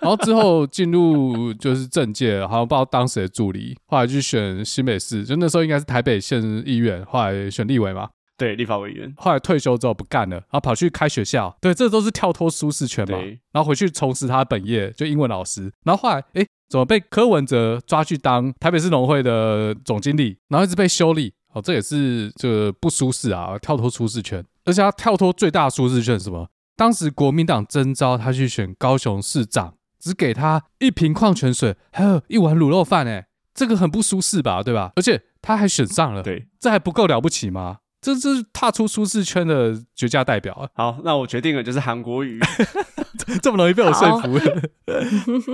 Speaker 1: 然后之后进入就是政界，好像不知道当时的助理，后来去选新北市，就那时候应该是台北县议员，后来选立委嘛，
Speaker 2: 对，立法委员。
Speaker 1: 后来退休之后不干了，然后跑去开学校，对，这都是跳脱舒适圈嘛
Speaker 2: 对。
Speaker 1: 然后回去从事他的本业，就英文老师。然后后来，哎，怎么被柯文哲抓去当台北市农会的总经理，然后一直被修理？哦，这也是这个不舒适啊，跳脱舒适圈。而且他跳脱最大的舒适圈是什么？当时国民党征召他去选高雄市长，只给他一瓶矿泉水，还有一碗卤肉饭，哎，这个很不舒适吧，对吧？而且他还选上了，
Speaker 2: 对，
Speaker 1: 这还不够了不起吗？这这是踏出舒适圈的绝佳代表啊！
Speaker 2: 好，那我决定了，就是韩国 瑜。
Speaker 1: 这么容易被我说服，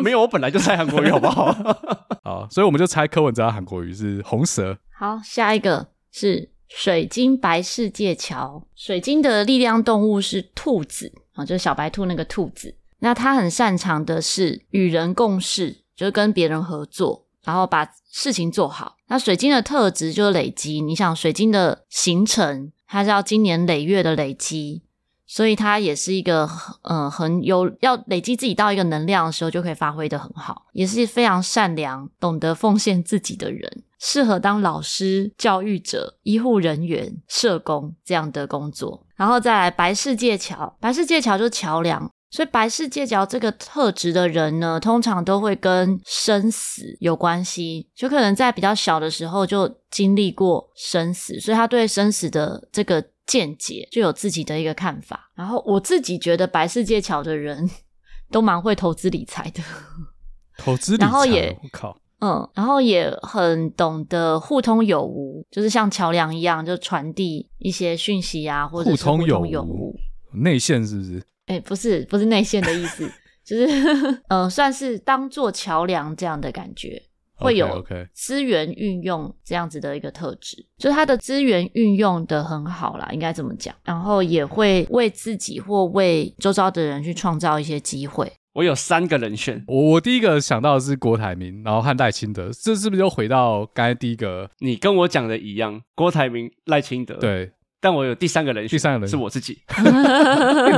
Speaker 2: 没有，我本来就猜韩国瑜，好不 好？
Speaker 3: 啊
Speaker 1: 好，所以我们就猜柯文哲和韩国瑜是红蛇。
Speaker 3: 好，下一个是水晶白世界桥。水晶的力量动物是兔子啊，就是小白兔那个兔子。那它很擅长的是与人共事，就是跟别人合作，然后把事情做好。那水晶的特质就是累积。你想，水晶的形成，它是要经年累月的累积，所以它也是一个呃很有要累积自己到一个能量的时候，就可以发挥的很好，也是非常善良、懂得奉献自己的人，适合当老师、教育者、医护人员、社工这样的工作。然后再来白世界桥，白世界桥就是桥梁。所以白世界桥这个特质的人呢，通常都会跟生死有关系，就可能在比较小的时候就经历过生死，所以他对生死的这个见解就有自己的一个看法。然后我自己觉得白世界桥的人都蛮会投资理财的，
Speaker 1: 投资理财，
Speaker 3: 然后也
Speaker 1: 我靠，
Speaker 3: 嗯，然后也很懂得互通有无，就是像桥梁一样，就传递一些讯息啊，或者
Speaker 1: 互
Speaker 3: 是互
Speaker 1: 通有
Speaker 3: 通有无
Speaker 1: 无。，内线是不是？
Speaker 3: 哎、不是，不是内线的意思，就是呃，算是当做桥梁这样的感觉，会有
Speaker 1: OK，
Speaker 3: 资源运用这样子的一个特质，就是他的资源运用的很好啦，应该怎么讲？然后也会为自己或为周遭的人去创造一些机会。
Speaker 2: 我有三个人选，
Speaker 1: 我我第一个想到的是郭台铭，然后和赖清德，这是不是又回到刚才第一个？
Speaker 2: 你跟我讲的一样，郭台铭、赖清德。，
Speaker 1: 对，
Speaker 2: 但我有第三个人选，
Speaker 1: 第三个人
Speaker 2: 是我自己，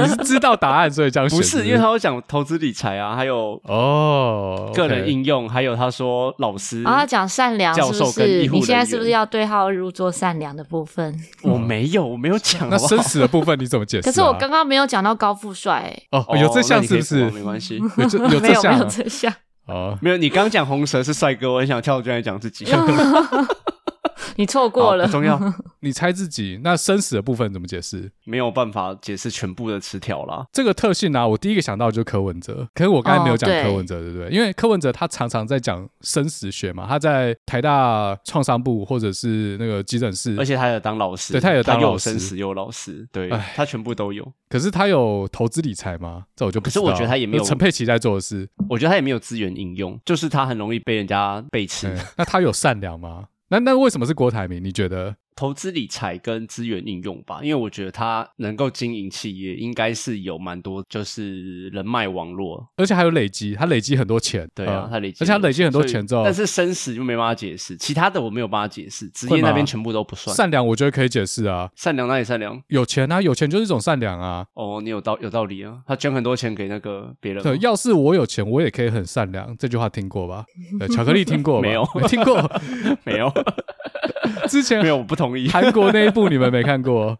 Speaker 1: 你是知道答案所以这样选？
Speaker 2: 不
Speaker 1: 是
Speaker 2: 是，因为他有讲投资理财啊，还有
Speaker 1: 哦，
Speaker 2: 个人
Speaker 1: OK
Speaker 2: 应用，还有他说老师
Speaker 3: 然后他啊讲善良
Speaker 2: 嗯教
Speaker 3: 是
Speaker 2: 授
Speaker 3: 不
Speaker 2: 跟医
Speaker 3: 是？
Speaker 2: 护
Speaker 3: 你现在
Speaker 2: 人
Speaker 3: 是不是
Speaker 2: 员
Speaker 3: 要对号入座善良的部分？
Speaker 2: 我没有，我没有讲，
Speaker 1: 那
Speaker 2: 好不
Speaker 1: 生
Speaker 2: 好？
Speaker 1: 死的部分你怎么解释啊？
Speaker 3: 可是我刚刚没有讲到高富帅、 欸，
Speaker 1: 哦，有这项是不
Speaker 2: 哦那你可以
Speaker 1: 是
Speaker 2: 补啊？没关系，
Speaker 1: 有这有
Speaker 3: 没
Speaker 1: 这
Speaker 3: 有没
Speaker 1: 项
Speaker 3: 有
Speaker 1: 啊
Speaker 3: 这项，
Speaker 1: 哦，
Speaker 2: 没有。你刚讲红蛇是帅哥，我很想跳进来讲自己。
Speaker 3: 你错过
Speaker 2: 好
Speaker 3: 了
Speaker 2: 不，重要，
Speaker 1: 你猜自己那生死的部分怎么解释？
Speaker 2: 没有办法解释全部的词条啦。
Speaker 1: 这个特性啊，我第一个想到就是柯文哲，可是我刚才没有讲
Speaker 3: 哦对
Speaker 1: 柯文哲，对不对？因为柯文哲他常常在讲生死学嘛，他在台大创伤部或者是那个急诊室，
Speaker 2: 而且他有当老师，
Speaker 1: 嗯对他有当
Speaker 2: 又
Speaker 1: 老
Speaker 2: 有
Speaker 1: 师
Speaker 2: 生死又有老师，对
Speaker 1: 唉
Speaker 2: 他全部都有。
Speaker 1: 可是他有投资理财吗？这我就不
Speaker 2: 可
Speaker 1: 知
Speaker 2: 是
Speaker 1: 道。
Speaker 2: 我觉得他也没有
Speaker 1: 那陈佩琪在做的 事，
Speaker 2: 我觉得他也没有资源应用，就是他很容易被人家背刺。
Speaker 1: 嗯那他有善良吗？那那为什么是郭台铭？你觉得？
Speaker 2: 投资理财跟资源应用吧，因为我觉得他能够经营企业，应该是有蛮多就是人脉网络。
Speaker 1: 而且还有累积，他累积很多钱，
Speaker 2: 对啊，
Speaker 1: 嗯
Speaker 2: 他累
Speaker 1: 而
Speaker 2: 积，
Speaker 1: 且他累积很多
Speaker 2: 所以
Speaker 1: 钱之后，
Speaker 2: 但是生死就没办法解释，其他的我没有办法解释，职业
Speaker 1: 会吗
Speaker 2: 那边全部都不算。
Speaker 1: 善良我觉得可以解释啊，
Speaker 2: 善良那里善良
Speaker 1: 有钱啊，有钱就是一种善良啊。
Speaker 2: 哦，你有道有道理啊，他捐很多钱给那个别人吗，
Speaker 1: 对，要是我有钱，我也可以很善良。这句话听过 吧？对，巧克力听过吧
Speaker 2: 没有
Speaker 1: 没听过。
Speaker 2: 没 有
Speaker 1: 之前
Speaker 2: 没有，我不同意。
Speaker 1: 韩国那一部你们没看过？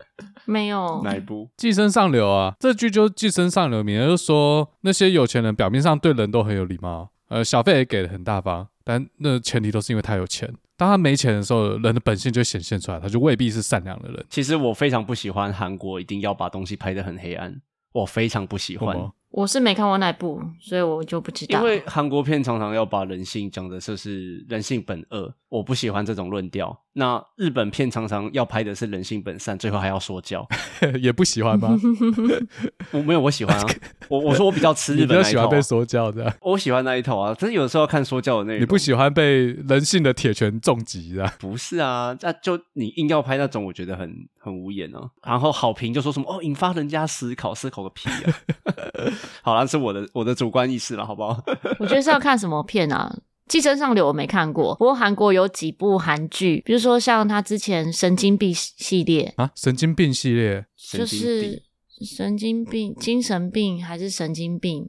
Speaker 3: 没有，
Speaker 2: 哪一部？
Speaker 1: 寄生上流啊，这句就是寄生上流，名人就说那些有钱人表面上对人都很有礼貌，呃，小费也给的很大方，但那前提都是因为他有钱。当他没钱的时候，人的本性就显现出来，他就未必是善良的人。
Speaker 2: 其实我非常不喜欢韩国一定要把东西拍得很黑暗，我非常不喜
Speaker 1: 为什
Speaker 2: 欢
Speaker 1: 么，
Speaker 3: 我是没看过那部，所以我就不知
Speaker 2: 因
Speaker 3: 道。
Speaker 2: 为韩国片常常要把人性讲的就是人性本恶，我不喜欢这种论调。那日本片常常要拍的是人性本善，最后还要说教。
Speaker 1: 也不喜欢 吗？
Speaker 2: 我没有，我喜 欢啊，我我说我比较吃
Speaker 1: 你
Speaker 2: 日
Speaker 1: 比
Speaker 2: 本
Speaker 1: 较
Speaker 2: 那一
Speaker 1: 喜
Speaker 2: 套啊、
Speaker 1: 欢被说教的，
Speaker 2: 我喜欢那一套啊，但是有的时候要看说教的内容。
Speaker 1: 你不喜欢被人性的铁拳重击的。
Speaker 2: 不是啊，那就你硬要拍那种，我觉得很很无言啊。然后好评就说什么哦，引发人家思考，思考个屁啊！ 好啦，是我的我的主观意识了，好不好？
Speaker 3: 我觉得是要看什么片啊。《寄生上流》我没看过，不过韩国有几部韩剧，比如说像他之前《神经病》系列，
Speaker 1: 啊，神经病系列，
Speaker 3: 就
Speaker 2: 神经
Speaker 3: 是
Speaker 2: 病
Speaker 3: 神经病、精神病还是神经病？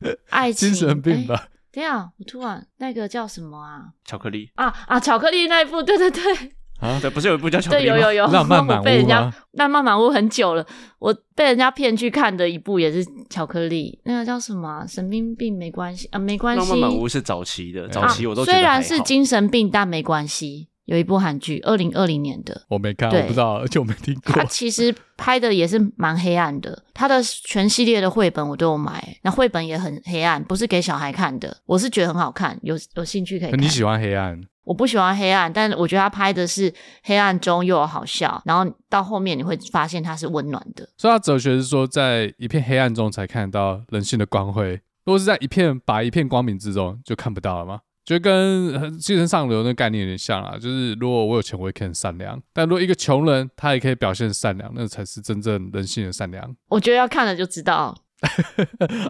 Speaker 3: 爱情
Speaker 1: 精神病
Speaker 3: 哎
Speaker 1: 吧？
Speaker 3: 等一下，我突然那个叫什么啊？
Speaker 2: 巧克力
Speaker 3: 啊啊，巧克力那一部，对对对，
Speaker 2: 啊，对，不是有一部叫巧克
Speaker 3: 对，
Speaker 2: 力吗？
Speaker 3: 有有有，
Speaker 1: 浪漫满屋
Speaker 3: 我被人家
Speaker 1: 吗
Speaker 3: 浪漫满屋很久了，我被人家骗去看的一部也是巧克力，那个叫什么啊、神经病没关系啊，没关
Speaker 2: 浪
Speaker 3: 系。
Speaker 2: 漫满屋是早期的，早期我都觉得
Speaker 3: 啊虽
Speaker 2: 还好
Speaker 3: 然是精神病，但没关系。有一部韩剧，二零二零年的，
Speaker 1: 我没看，
Speaker 3: 对
Speaker 1: 我不知道， 而且我没听过
Speaker 3: 它。其实拍的也是蛮黑暗的。它的全系列的绘本我都有买，那绘本也很黑暗，不是给小孩看的。我是觉得很好看，有有兴趣可以看。
Speaker 1: 你喜欢黑暗？
Speaker 3: 我不喜欢黑暗，但我觉得他拍的是黑暗中又有好笑，然后到后面你会发现它是温暖的。
Speaker 1: 所以他哲学是说，在一片黑暗中才看到人性的光辉。如果是在一片把一片光明之中，就看不到了吗？就跟呃寄生上流那个概念有点像啦，就是如果我有钱，我也可以很善良；但如果一个穷人，他也可以表现善良，那才是真正人性的善良。
Speaker 3: 我觉得要看了就知道，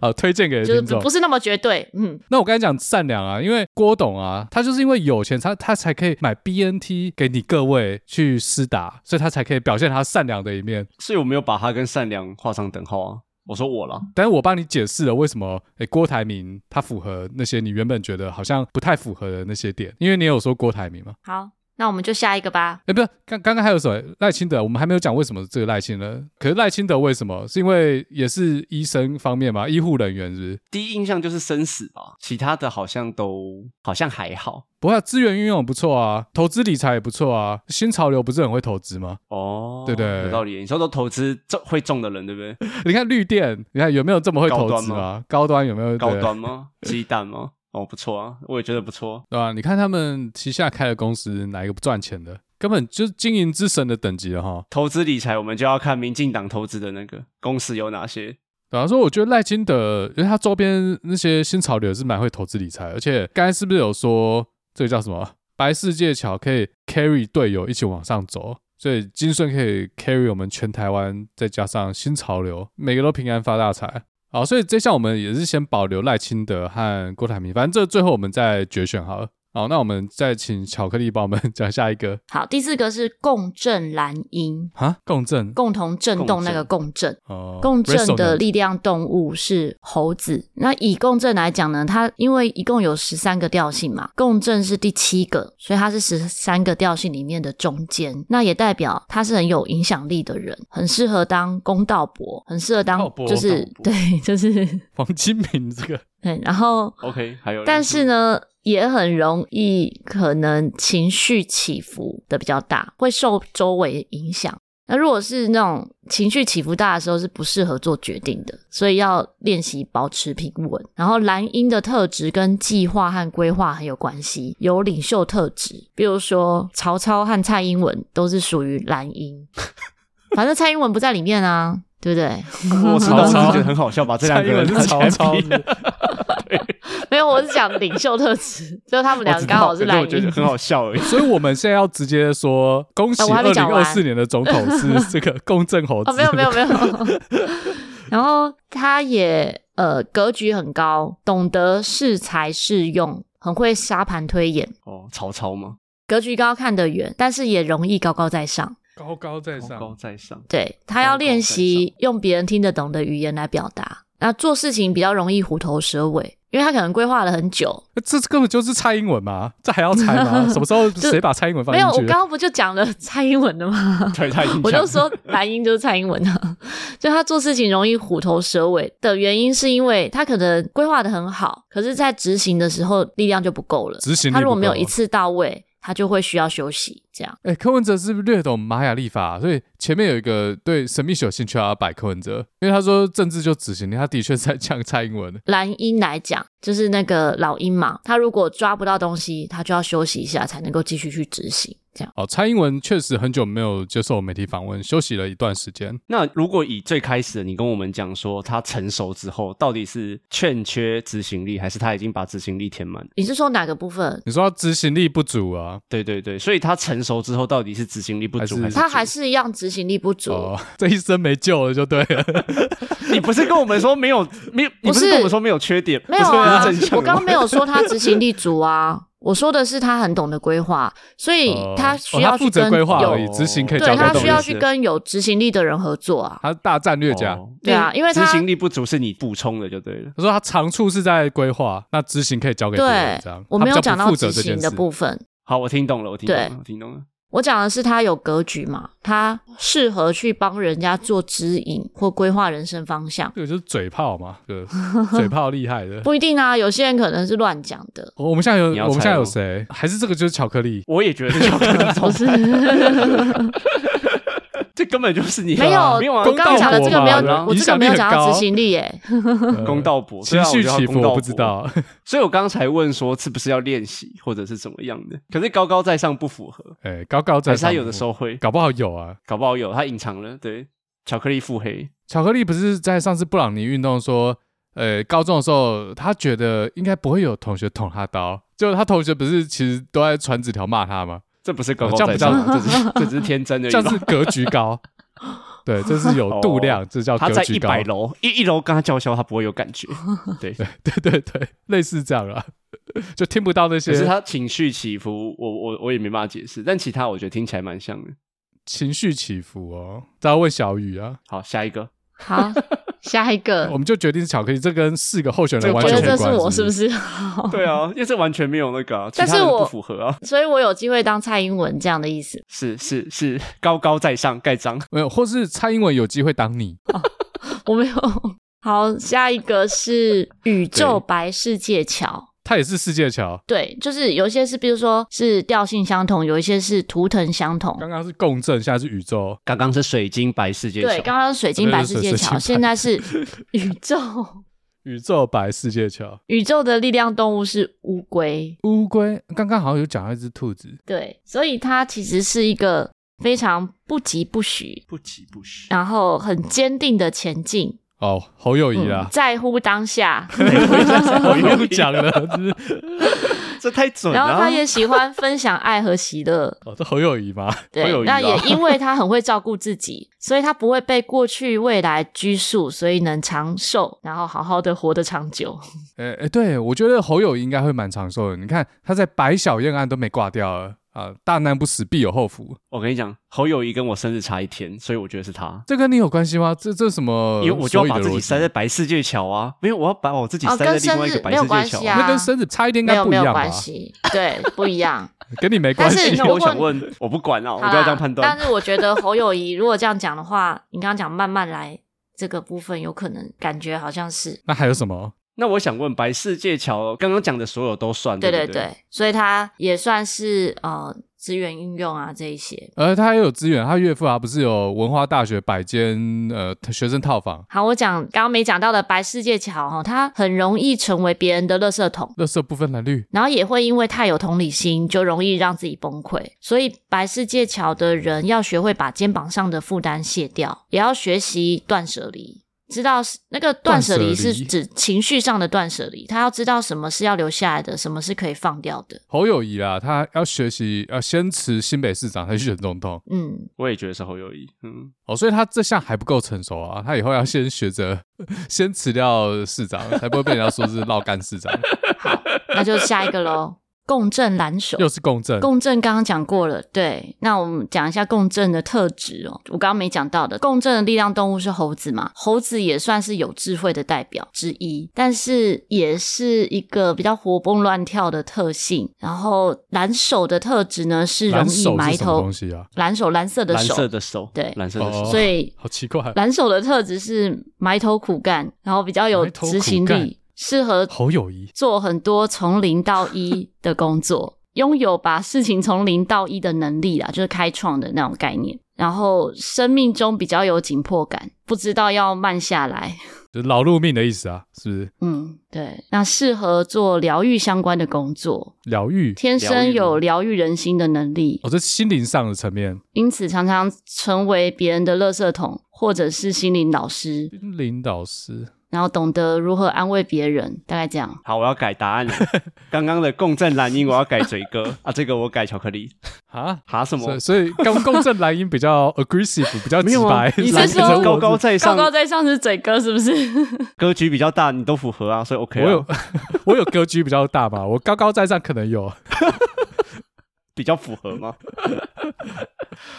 Speaker 1: 啊，推荐给
Speaker 3: 就是
Speaker 1: 听
Speaker 3: 不
Speaker 1: 众
Speaker 3: 不。是那么绝对。嗯，
Speaker 1: 那我刚才讲善良啊，因为郭董啊，他就是因为有钱，他他才可以买 BNT 给你各位去施打，所以他才可以表现他善良的一面。
Speaker 2: 所以我没有把它跟善良画上等号啊。我说我了，
Speaker 1: 但是我帮你解释了为什么诶郭台铭他符合那些你原本觉得好像不太符合的那些点，因为你有说郭台铭嘛？
Speaker 3: 好，那我们就下一个吧。
Speaker 1: 哎，不是，刚刚刚还有什么赖清德？我们还没有讲为什么这个赖清德。可是赖清德为什么？是因为也是医生方面嘛，医护人员是不是？
Speaker 2: 第一印象就是生死吧，其他的好像都好像还好
Speaker 1: 不过他资源运用很不错啊，投资理财也不错啊，新潮流不是很会投资吗？
Speaker 2: 哦，
Speaker 1: 对对
Speaker 2: 有道理。你说都投资中会中的人，对不对？
Speaker 1: 你看绿电，你看有没有这么会投
Speaker 2: 高端
Speaker 1: 资
Speaker 2: 吗
Speaker 1: 吗？高端有没有
Speaker 2: 高
Speaker 1: 对啊
Speaker 2: 端吗？鸡蛋吗？哦，不错啊，我也觉得不错。
Speaker 1: 对啊吧、你看他们旗下开的公司哪一个不赚钱的？根本就是经营之神的等级了哈。
Speaker 2: 投资理财，我们就要看民进党投资的那个公司有哪些。
Speaker 1: 对啊，所以我觉得赖清德，因为他周边那些新潮流也是蛮会投资理财，而且刚才是不是有说这个叫什么白世界桥可以 carry 队友一起往上走，所以金顺可以 carry 我们全台湾，再加上新潮流，每个都平安发大财。好，所以这项我们也是先保留赖清德和郭台铭，反正这最后我们再决选好了。好，那我们再请巧克力帮我们 讲下一个
Speaker 3: 好，第四个是共振蓝鹰，
Speaker 1: 啊，共振
Speaker 3: 共同震动那个共振。
Speaker 1: 哦，
Speaker 3: 共振的
Speaker 1: resonance
Speaker 3: 力量动物是猴子。那以共振来讲呢，它因为一共有十三个调性嘛，共振是第七个，所以它是十三个调性里面的中间。那也代表他是很有影响力的人，很适合当公道伯，很适合当
Speaker 1: 公道伯
Speaker 3: 就是
Speaker 2: 公道伯
Speaker 3: 对，就是
Speaker 1: 黄金明这个
Speaker 3: 对。然后，
Speaker 2: OK，还有嘞，
Speaker 3: 但是呢，也很容易可能情绪起伏的比较大，会受周围影响。那如果是那种情绪起伏大的时候，是不适合做决定的，所以要练习保持平稳。然后蓝鹰的特质跟计划和规划很有关系，有领袖特质，比如说曹操和蔡英文都是属于蓝 鹰，反正蔡英文不在里面啊，对不对？
Speaker 2: 我知道，我只是觉得很好笑，把这两个人
Speaker 1: 是
Speaker 2: 拿 起来
Speaker 1: 曹 操
Speaker 2: 比，
Speaker 1: 是不是，
Speaker 3: 没有，我是讲领袖特质，就他们
Speaker 2: 我
Speaker 3: 俩
Speaker 2: 知道
Speaker 3: 刚好是
Speaker 2: 可
Speaker 3: 蓝
Speaker 2: 我觉得
Speaker 3: 鹰。
Speaker 2: 很好笑而已。
Speaker 1: 所以我们现在要直接说，恭喜
Speaker 3: 哎我还
Speaker 1: 二
Speaker 3: 没
Speaker 1: 零
Speaker 3: 讲
Speaker 1: 二
Speaker 3: 完
Speaker 1: 四年的总统是这个公正猴子。
Speaker 3: 哦，没有没有没有。 然后他也呃格局很高，懂得适才适用，很会沙盘推演，
Speaker 2: 哦，曹操吗？
Speaker 3: 格局高看得远，但是也容易高高在上。
Speaker 1: 高高在
Speaker 2: 高哦高
Speaker 1: 上，
Speaker 2: 在 上。
Speaker 3: 对他要练
Speaker 2: 高高在
Speaker 3: 习用别人听得懂的语言来表达，那做事情比较容易虎头蛇尾，因为他可能规划了很久。
Speaker 1: 这根本就是蔡英文嘛，这还要猜 吗？什么时候谁把蔡英文放
Speaker 3: 没有，我
Speaker 1: 进去
Speaker 3: 刚？刚不就讲了蔡英文的吗？
Speaker 2: 对，他已经
Speaker 3: 我
Speaker 2: 讲
Speaker 3: 就说蓝英就是蔡英文啊，就他做事情容易虎头蛇尾的原因，是因为他可能规划的很好，可是，在执行的时候力量就不够了。
Speaker 1: 执行力
Speaker 3: 他如果
Speaker 1: 不
Speaker 3: 没有
Speaker 1: 够啊
Speaker 3: 一次到位，他就会需要休息。这样
Speaker 1: 哎，柯文哲是不是略懂玛雅历法？所以前面有一个对神秘学有兴趣啊，摆柯文哲，因为他说政治就执行力，他的确是在呛蔡英文。
Speaker 3: 蓝鹰来讲，就是那个老鹰嘛，他如果抓不到东西，他就要休息一下，才能够继续去执行。这样
Speaker 1: 哦，蔡英文确实很久没有接受媒体访问，休息了一段时间。
Speaker 2: 那如果以最开始的你跟我们讲说他成熟之后，到底是欠缺执行力，还是他已经把执行力填满？
Speaker 3: 你是说哪个部分？
Speaker 1: 你说他执行力不足啊？
Speaker 2: 对对对，所以他成熟之后到底是执行力不足，
Speaker 1: 还
Speaker 2: 还
Speaker 1: 是
Speaker 2: 是
Speaker 3: 他还是一样执行力不足。
Speaker 1: 哦， 这一生没救了就对了。
Speaker 2: 你不是跟我们说没有没有，你不
Speaker 3: 不
Speaker 2: 是
Speaker 3: 是
Speaker 2: 跟我们说没有缺点，
Speaker 3: 没有
Speaker 2: 不是
Speaker 3: 啊
Speaker 2: 跟你正，向
Speaker 3: 我
Speaker 2: 的吗
Speaker 3: 刚刚
Speaker 1: 哦
Speaker 3: 没有说他执行力足啊， 我说的是他很懂得规划，所以
Speaker 1: 哦
Speaker 3: 他
Speaker 1: 哦
Speaker 3: 需要
Speaker 1: 他负
Speaker 3: 去
Speaker 1: 责
Speaker 3: 跟
Speaker 1: 规划
Speaker 3: 有
Speaker 1: 而已，执行可以
Speaker 2: 交
Speaker 3: 对
Speaker 1: 交
Speaker 2: 给
Speaker 1: 给
Speaker 3: 他
Speaker 1: 董
Speaker 3: 需
Speaker 1: 事
Speaker 3: 要
Speaker 2: 事
Speaker 3: 去跟有执行力的人合作啊。
Speaker 1: 他大战略家。
Speaker 2: 哦
Speaker 3: 对啊因为他
Speaker 2: 执行力不足是你补充的就对了。
Speaker 1: 他说他长处是在规划，那执行可以交给别人
Speaker 3: 对
Speaker 1: 这样。，
Speaker 3: 我没有
Speaker 1: 他比较
Speaker 3: 讲
Speaker 1: 不
Speaker 3: 到
Speaker 1: 负责
Speaker 3: 执
Speaker 1: 这
Speaker 3: 行
Speaker 1: 件
Speaker 3: 的
Speaker 1: 事。
Speaker 3: 部分，
Speaker 2: 好，我听懂了，我听懂了
Speaker 3: 对，
Speaker 2: 我听懂了。
Speaker 3: 我讲的是他有格局嘛，他适合去帮人家做指引或规划人生方向，
Speaker 1: 这个就是嘴炮嘛， 对，嘴炮厉害的。
Speaker 3: 不一定啊，有些人可能是乱讲的。
Speaker 1: 我们现在有
Speaker 2: 你要
Speaker 1: 我们现在有
Speaker 2: 猜
Speaker 1: 谁？还是这个就是巧克力？
Speaker 2: 我也觉得这巧克力
Speaker 3: 不是，
Speaker 2: 这根本就是你
Speaker 3: 没有，
Speaker 2: 没有啊，
Speaker 3: 我刚刚讲的这个没有
Speaker 1: 公道博嘛，
Speaker 3: 我
Speaker 1: 影
Speaker 3: 这
Speaker 1: 响
Speaker 3: 个
Speaker 1: 力
Speaker 3: 没有
Speaker 1: 很
Speaker 3: 讲到
Speaker 1: 高啊
Speaker 3: 执行力耶。
Speaker 1: 呃
Speaker 2: 公道博，对
Speaker 1: 情
Speaker 2: 啊
Speaker 1: 绪起伏，我不知。
Speaker 2: 觉得要公道博
Speaker 1: 道。
Speaker 2: 所以我刚才问说是不是要练习，或者是怎么样的？可是高高在上不符合，
Speaker 1: 哎，高高在
Speaker 2: 还是
Speaker 1: 上，
Speaker 2: 他有的时候会，
Speaker 1: 搞不好有啊。
Speaker 2: 搞不好有他隐藏了。对，巧克力腹黑，
Speaker 1: 巧克力不是在上次布朗尼运动说，呃，高中的时候他觉得应该不会有同学捅他刀，结果他同学不是其实都在传纸条骂他吗？
Speaker 2: 这不是高高在上啊，这只是这只是天真 的。
Speaker 1: 这样是格局高。对，这是有度量，
Speaker 2: 哦
Speaker 1: 这叫
Speaker 2: 他
Speaker 1: 格
Speaker 2: 在
Speaker 1: 局
Speaker 2: 一
Speaker 1: 高。
Speaker 2: 百楼，一一楼跟他叫嚣，他不会有感 觉。对，
Speaker 1: 对对对，类似这样啦，就听不到那
Speaker 2: 可是
Speaker 1: 些
Speaker 2: 他情绪起伏，我我我也没办法解释。但其他我觉得听起来蛮像的。
Speaker 1: 情绪起伏哦。再问小雨啊，
Speaker 2: 好，下一个，
Speaker 3: 好，下一个
Speaker 1: 我，们就决定是巧克力，这跟四个候选人
Speaker 2: 这个
Speaker 1: 完
Speaker 3: 觉
Speaker 1: 全
Speaker 3: 得
Speaker 1: 无
Speaker 3: 这
Speaker 1: 关。
Speaker 3: 是我是不
Speaker 1: 不？
Speaker 3: 是？
Speaker 2: 对啊，因为这完全没有那个啊，其
Speaker 3: 但是
Speaker 2: 他人
Speaker 3: 我
Speaker 2: 不符合啊。
Speaker 3: 所以我有机会当蔡英文这样的意思。
Speaker 2: 是是是，高高在上盖章。
Speaker 1: 没有，或是蔡英文有机会当你，
Speaker 3: 我没有。 好，下一个是宇宙白世界桥。
Speaker 1: 他也是世界桥。
Speaker 3: 对，就是有一些是，比如说是调性相同，有一些是图腾相同。
Speaker 1: 刚刚是共振，现在是宇宙。
Speaker 2: 刚刚是水晶白世界
Speaker 3: 对，
Speaker 2: 球
Speaker 3: 刚刚水晶白世界桥，
Speaker 1: 对 对对水晶
Speaker 3: 现在是宇宙。
Speaker 1: 宇宙白世界桥，
Speaker 3: 宇宙的力量动物是乌龟，
Speaker 1: 乌龟刚刚好像有讲到一只兔子，
Speaker 3: 对，所以它其实是一个非常不疾不徐，
Speaker 2: 不急不徐。
Speaker 3: 然后很坚定的前进，
Speaker 1: 哦，侯友谊
Speaker 3: 嗯
Speaker 1: 啦，，
Speaker 3: 在乎当 下，
Speaker 2: 嗯
Speaker 1: 我不用讲了，就是，
Speaker 2: 这太准了
Speaker 3: 然
Speaker 2: 啊。
Speaker 3: 后他 也喜欢分享爱和喜乐
Speaker 1: 哦，这侯友谊嘛，
Speaker 2: 好有意
Speaker 3: 对，那
Speaker 2: 啊
Speaker 3: 也因为他很会照顾自己，所以他不会被过去未来拘束，所以能长寿，然后好好的活得长久。
Speaker 1: 诶、诶，对我觉得侯友宜应该会蛮长寿的。你看他在白小燕案都没挂掉了啊，大难不死必有后福，
Speaker 2: 我跟你讲，侯友谊跟我生日差一天，所以我觉得是他，
Speaker 1: 这跟你有关系吗？这这什么
Speaker 2: 因
Speaker 1: 所以
Speaker 2: 为
Speaker 1: 的逻辑？
Speaker 2: 我就要把自己塞在白世界桥啊，没有，我要把我自己塞
Speaker 3: 哦
Speaker 2: 在
Speaker 3: 跟
Speaker 2: 另外一
Speaker 3: 生
Speaker 2: 个
Speaker 3: 日
Speaker 2: 白
Speaker 3: 没有
Speaker 2: 世界
Speaker 3: 关
Speaker 2: 桥
Speaker 3: 系。啊
Speaker 1: 那跟生日差一点应
Speaker 3: 没
Speaker 1: 该
Speaker 3: 有
Speaker 1: 不一
Speaker 3: 没有
Speaker 1: 样吧
Speaker 3: 关？系，对，不一样。
Speaker 1: 跟你没关
Speaker 3: 但是
Speaker 1: 系
Speaker 2: 那
Speaker 3: 如
Speaker 2: 我
Speaker 3: 果
Speaker 2: 想
Speaker 3: 你
Speaker 2: 问，我不管啊，我
Speaker 3: 好
Speaker 2: 不要这样
Speaker 3: 啦
Speaker 2: 判断
Speaker 3: 但。是我觉得侯友谊如果这样讲的话，你刚刚讲慢慢来这个部分，有可能感觉好像是
Speaker 1: 那还有什么？
Speaker 2: 那我想问，白世界桥刚刚讲的所有都算，
Speaker 3: 对
Speaker 2: 对
Speaker 3: 对
Speaker 2: 不
Speaker 3: 对，所以它也算是呃资源运用啊这一些。
Speaker 1: 而呃他也有资源，他岳父啊不是有文化大学百间呃学生套房，
Speaker 3: 好，我讲刚刚没讲到的白世界桥哈，它很容易成为别人的垃圾桶。
Speaker 1: 垃圾不分蓝绿，
Speaker 3: 然后也会因为太有同理心，就容易让自己崩溃。所以白世界桥的人要学会把肩膀上的负担卸掉，也要学习断舍离。知道是那个断舍离
Speaker 1: 断舍离
Speaker 3: 是指情绪上的断舍离，他要知道什么是要留下来的，什么是可以放掉的。
Speaker 1: 侯友谊啦，他要学习要先辞新北市长，才去选总统
Speaker 3: 嗯，
Speaker 2: 我也觉得是侯友谊。嗯，
Speaker 1: 哦，所以他这项还不够成熟啊，他以后要先学着先辞掉市长，才不会被人家说是绕干市长，
Speaker 3: 那就下一个喽，共振蓝手。
Speaker 1: 又是共振。
Speaker 3: 共振刚刚讲过了，对，那我们讲一下共振的特质哦。我刚刚没讲到的，共振的力量动物是猴子嘛？猴子也算是有智慧的代表之一，但是也是一个比较活蹦乱跳的特性。然后蓝手的特质呢是容
Speaker 1: 蓝
Speaker 3: 易
Speaker 1: 手
Speaker 3: 埋
Speaker 1: 是什么
Speaker 3: 头
Speaker 1: 东，西啊？
Speaker 3: 蓝手蓝色的
Speaker 2: 蓝
Speaker 3: 手，
Speaker 2: 色的手，
Speaker 3: 对
Speaker 2: 蓝色的手。
Speaker 1: 哦
Speaker 3: 所以
Speaker 1: 好奇怪，
Speaker 3: 蓝手的特质是埋头苦干，然后比较有
Speaker 1: 埋头苦
Speaker 3: 执行
Speaker 1: 干
Speaker 3: 力，适合
Speaker 1: 侯友谊
Speaker 3: 做很多从零到一的工作， 拥有把事情从零到一的能力啦，就是开创的那种概念。然后生命中比较有紧迫感，不知道要慢下来。
Speaker 1: 就是劳碌命的意思啊，是不是？
Speaker 3: 嗯，对，那适合做疗愈相关的工作，
Speaker 1: 疗愈
Speaker 3: 天生有
Speaker 2: 疗愈吗
Speaker 3: 疗愈人心的能力，
Speaker 1: 哦，这是心灵上的层面，
Speaker 3: 因此常常成为别人的垃圾桶或者是心灵老师，
Speaker 1: 心灵导师
Speaker 3: 然后懂得如何安慰别人，大概这样。
Speaker 2: 好，我要改答 案了。刚刚的共振蓝音，我要改嘴哥啊，这个我改巧克力。
Speaker 1: 啊。
Speaker 2: 哈什
Speaker 1: 所
Speaker 2: 么
Speaker 1: 以？所以共共振蓝音比较 aggressive，比较
Speaker 2: 没
Speaker 1: 直
Speaker 2: 有啊
Speaker 1: 白，，
Speaker 2: 你
Speaker 3: 是
Speaker 2: 蓝
Speaker 3: 说
Speaker 2: 色高高在
Speaker 3: 高
Speaker 2: 上，
Speaker 3: 高在上是嘴哥是不是？
Speaker 2: 格局比较大，你都符合啊，所以 OK
Speaker 1: 我
Speaker 2: 啊
Speaker 1: 有，我有格局比较大嘛，我高高在上可能有，
Speaker 2: 比较符合吗？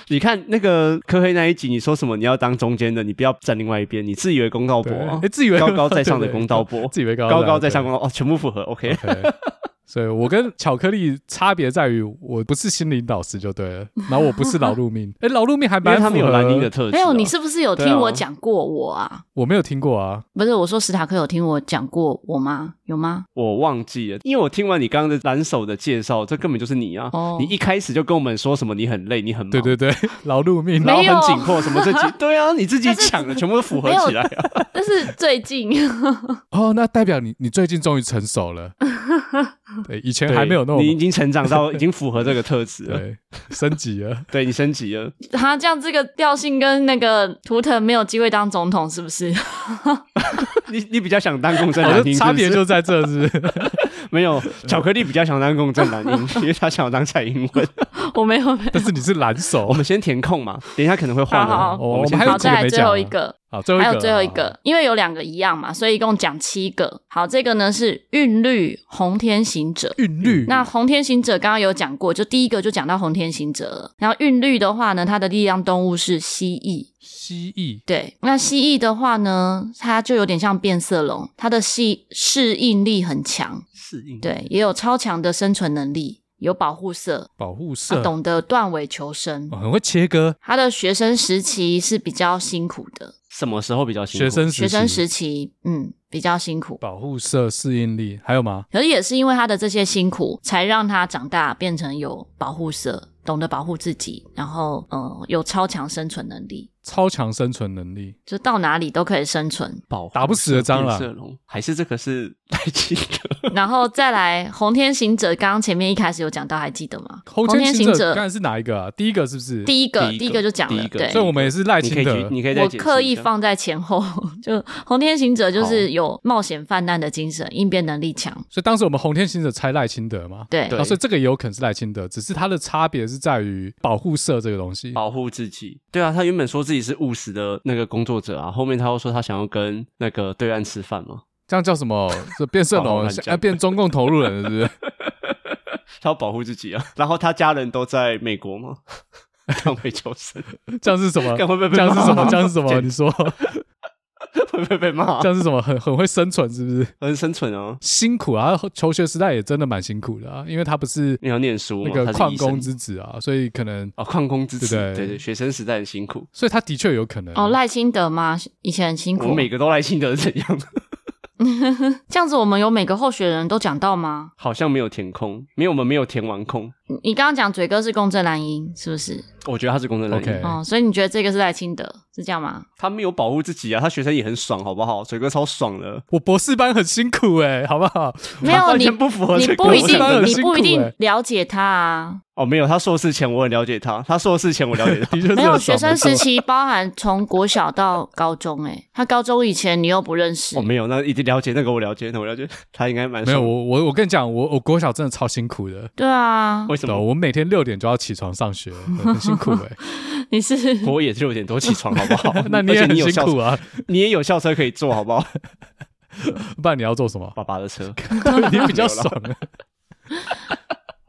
Speaker 2: 你看那个科黑那一集，你说什么？你要当中间的，你不要站另外一边，你自以为公道伯啊
Speaker 1: 哎，，自以为
Speaker 2: 高高在上 的公道伯，
Speaker 1: 自以为高
Speaker 2: 高高在上
Speaker 1: 对啊
Speaker 2: 公道哦，全部符合 OK。
Speaker 1: OK 所以，我跟巧克力差别在于，我不是心灵导师就对了，然后我不是劳碌 命。哎、劳碌命还
Speaker 2: 因
Speaker 1: 蛮
Speaker 2: 为他们有
Speaker 1: 符合
Speaker 2: 蓝音的，特质、啊。
Speaker 3: 没有，你是不是有
Speaker 2: 对
Speaker 3: 听
Speaker 2: 啊
Speaker 3: 我讲过我啊？
Speaker 1: 我没有听过啊。
Speaker 3: 不是，我说史塔克有听我讲过我吗？有吗？
Speaker 2: 我忘记了，因为我听完你刚刚的蓝手的介绍，这根本就是你啊！
Speaker 3: 哦
Speaker 2: 你一开始就跟我们说什么你很累，你很忙，
Speaker 1: 对对 对，劳碌命，
Speaker 3: 没
Speaker 1: 然
Speaker 2: 然后
Speaker 1: 后
Speaker 3: 有
Speaker 2: 很紧迫，什么 这几对啊，你自己讲的全部都符合起来啊！
Speaker 3: 但是最近
Speaker 1: 哦，那代表你你最近终于成熟 了。对，以前还没有那
Speaker 2: 对你已
Speaker 1: 么
Speaker 2: 经成长到已经符合这个特质了，
Speaker 1: 对升级 了。
Speaker 2: 对你升级了。
Speaker 3: 他这样这个调性跟那个图腾没有机会当总统，是不是？
Speaker 2: 你你比较想当共振
Speaker 1: 我
Speaker 2: 男
Speaker 1: 的
Speaker 2: 音，
Speaker 1: 差别
Speaker 2: 是
Speaker 1: 就在这是不是
Speaker 2: 不是没有巧克力比较想当共振男音， 因为他想要当蔡英文。
Speaker 3: 我没有，没有。
Speaker 1: 但是你是蓝手
Speaker 2: 我。们先填空嘛，等一下可能会换
Speaker 3: 好好
Speaker 2: 哦。
Speaker 3: 好
Speaker 2: 我们
Speaker 1: 我
Speaker 2: 先
Speaker 1: 们还有
Speaker 3: 好，
Speaker 2: 填
Speaker 1: 几
Speaker 3: 再
Speaker 1: 个
Speaker 3: 来
Speaker 1: 没
Speaker 3: 最
Speaker 1: 讲
Speaker 3: 后
Speaker 1: 啊
Speaker 3: 一个，
Speaker 1: 好，最后一个
Speaker 3: 还有最后一
Speaker 1: 好
Speaker 3: 个，因为有两个一样嘛，所以一共讲七个。好，这个呢是韵律红天行者。
Speaker 1: 韵律。
Speaker 3: 嗯那红天行者刚刚有讲过，就第一个就讲到红天行者了。然后韵律的话呢，它的力量动物是蜥蜴，
Speaker 1: 蜥蜴
Speaker 3: 对，那蜥蜴的话呢，它就有点像变色龙，它的适适应力很强，
Speaker 2: 适应
Speaker 3: 对，也有超强的生存能力，有保护色，
Speaker 1: 保护
Speaker 3: 它
Speaker 1: 色，
Speaker 3: 啊懂得断尾求生
Speaker 1: 哦。很会切割。
Speaker 3: 它的学生时期是比较辛苦的，
Speaker 2: 什么时候比较辛苦？
Speaker 1: 学生时
Speaker 3: 学生
Speaker 1: 期
Speaker 3: 时期，嗯，比较辛苦。
Speaker 1: 保护色适应力还有吗？
Speaker 3: 可是也是因为他的这些辛苦，才让他长大变成有保护色，懂得保护自己，然后嗯、呃有超强生存能力，
Speaker 1: 超强生存能力。
Speaker 3: 就到哪里都可以生存。
Speaker 2: 保护
Speaker 1: 打不死的蟑螂
Speaker 2: 变色龙，还是这个是赖清德？
Speaker 3: 然后再来红天行者，刚刚前面一开始有讲到，还记得吗？
Speaker 1: 红
Speaker 3: 天
Speaker 1: 天
Speaker 3: 行
Speaker 1: 行
Speaker 3: 者
Speaker 1: 刚才是哪一个啊？第一个是不是？
Speaker 3: 第一个，
Speaker 2: 第一个
Speaker 3: 第一个就讲
Speaker 2: 第
Speaker 3: 了，
Speaker 2: 一个
Speaker 3: 对
Speaker 1: 所。以我们也是赖
Speaker 2: 你可
Speaker 1: 清
Speaker 2: 以举，
Speaker 1: 德。
Speaker 2: 你可以再
Speaker 3: 我
Speaker 2: 解释
Speaker 3: 刻
Speaker 2: 一
Speaker 3: 意
Speaker 2: 下
Speaker 3: 放在前后，就红天行者就
Speaker 2: 好
Speaker 3: 是有冒险泛滥的精神，应变能力强。
Speaker 1: 所以当时我们红天行者猜赖清德嘛。
Speaker 3: 对，
Speaker 2: 对
Speaker 1: 啊，所以这个也有可能是赖清德，只是它的差别是在于保护色这个东西。
Speaker 2: 保护自己。对啊，他原本说自己是务实的那个工作者啊，后面他又说他想要跟那个对岸吃饭嘛，
Speaker 1: 这样叫什 么？是变色
Speaker 2: 好好
Speaker 1: 龙
Speaker 2: 乱，讲
Speaker 1: 啊，变中共投入人了，是不 是？
Speaker 2: 他要保护自己啊。然后他家人都在美国 嘛，当回求生，
Speaker 1: 这样是什么？
Speaker 2: 看会不会被
Speaker 1: 这样是什
Speaker 2: 骂
Speaker 1: 么？这样是什么？
Speaker 2: 简
Speaker 1: 你说
Speaker 2: 会不会被骂啊
Speaker 1: 这？样是什么？很很会生存，是不是？
Speaker 2: 很生存啊，
Speaker 1: 辛苦啊！求学时代也真的蛮辛苦的啊，因为他不是
Speaker 2: 你要念书嘛
Speaker 1: 那个
Speaker 2: 他是
Speaker 1: 矿
Speaker 2: 医生
Speaker 1: 工之子啊，所以可能，
Speaker 2: 啊，旷工之子，
Speaker 1: 对
Speaker 2: 对
Speaker 1: 对
Speaker 2: 对学生时代很辛苦。
Speaker 3: 哦
Speaker 1: 所以他的确有可能
Speaker 3: 哦，赖清德吗？以前很辛
Speaker 2: 我
Speaker 3: 苦，
Speaker 2: 每个都来信德是怎样？
Speaker 3: 这样子我们有每个候选人都讲到吗？
Speaker 2: 好像没有填空，因为我们没有填完空。
Speaker 3: 你你刚刚讲嘴哥是共振蓝音，是不是？
Speaker 2: 我觉得他是公正蓝
Speaker 1: OK 对
Speaker 3: 哦，所以你觉得这个是赖清德是这样吗？
Speaker 2: 他没有保护自己啊，他学生也很爽，好不好？水哥超爽的，
Speaker 1: 我博士班很辛苦哎、好不好？
Speaker 3: 没
Speaker 2: 他
Speaker 3: 有
Speaker 2: 完
Speaker 3: 你
Speaker 2: 全不符合
Speaker 3: 你
Speaker 2: 水哥
Speaker 3: 不
Speaker 2: 的
Speaker 3: 一
Speaker 1: 我是
Speaker 3: 定
Speaker 1: 蛮
Speaker 2: 身份
Speaker 1: 很
Speaker 3: 你
Speaker 1: 辛
Speaker 3: 不一
Speaker 1: 苦
Speaker 3: 定
Speaker 1: 欸
Speaker 3: 了解他啊。
Speaker 2: 哦，没有，他硕士前我很了解他，他硕士前我了解 他。
Speaker 1: 的确是
Speaker 3: 没有学生时
Speaker 1: 期。
Speaker 3: 期包含从国小到高中、欸，他高中以前你又不认识
Speaker 2: 哦，，没有，那一定了解那个我了解，那我了解，他应该蛮
Speaker 1: 没有
Speaker 2: 爽的
Speaker 1: 我我我跟你讲，我我国小真的超辛苦的，
Speaker 3: 对啊，
Speaker 2: 为什
Speaker 1: 对，
Speaker 2: 么？
Speaker 1: 我每天六点就要起床上 学，很辛苦哎、
Speaker 3: 你是
Speaker 2: 我也六点多起床，好不好
Speaker 1: ？那你
Speaker 2: 而
Speaker 1: 也
Speaker 2: 且
Speaker 1: 很
Speaker 2: 你有
Speaker 1: 辛
Speaker 2: 校
Speaker 1: 苦啊，
Speaker 2: 你也有校车可以坐，好不好？
Speaker 1: 不然你要做 什么？
Speaker 2: 爸爸的车，
Speaker 1: 你比较爽啊。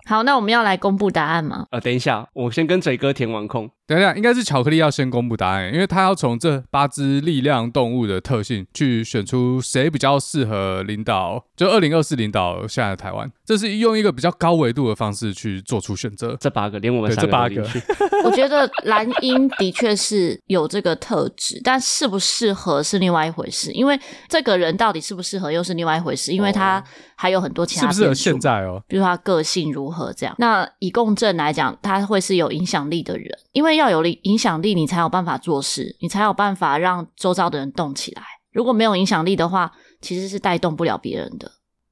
Speaker 3: 好，那我们要来公布答 案吗？
Speaker 2: 呃，等一下，我先跟嘴哥填完空。
Speaker 1: 等一下，应该是巧克力要先公布答案，因为他要从这八只力量动物的特性去选出谁比较适合领导，就二零二四领导现在的台湾，这是用一个比较高维度的方式去做出选择。
Speaker 2: 这八个，连我们
Speaker 1: 对
Speaker 2: 三
Speaker 1: 这八
Speaker 2: 个都
Speaker 1: 个
Speaker 2: 进去。
Speaker 3: 我觉得蓝鹰的确是有这个特质，但适不适合是另外一回事，因为这个人到底适不适合又是另外一回事，因为他还有很多其
Speaker 1: 哦是
Speaker 3: 他
Speaker 1: 不是
Speaker 3: 变数
Speaker 1: 现在哦？
Speaker 3: 比如说他个性如何这样。那以共振来讲，他会是有影响力的人，因为要有力影响力，你才有办法做事，你才有办法让周遭的人动起来。如果没有影响力的话，其实是带动不了别人的。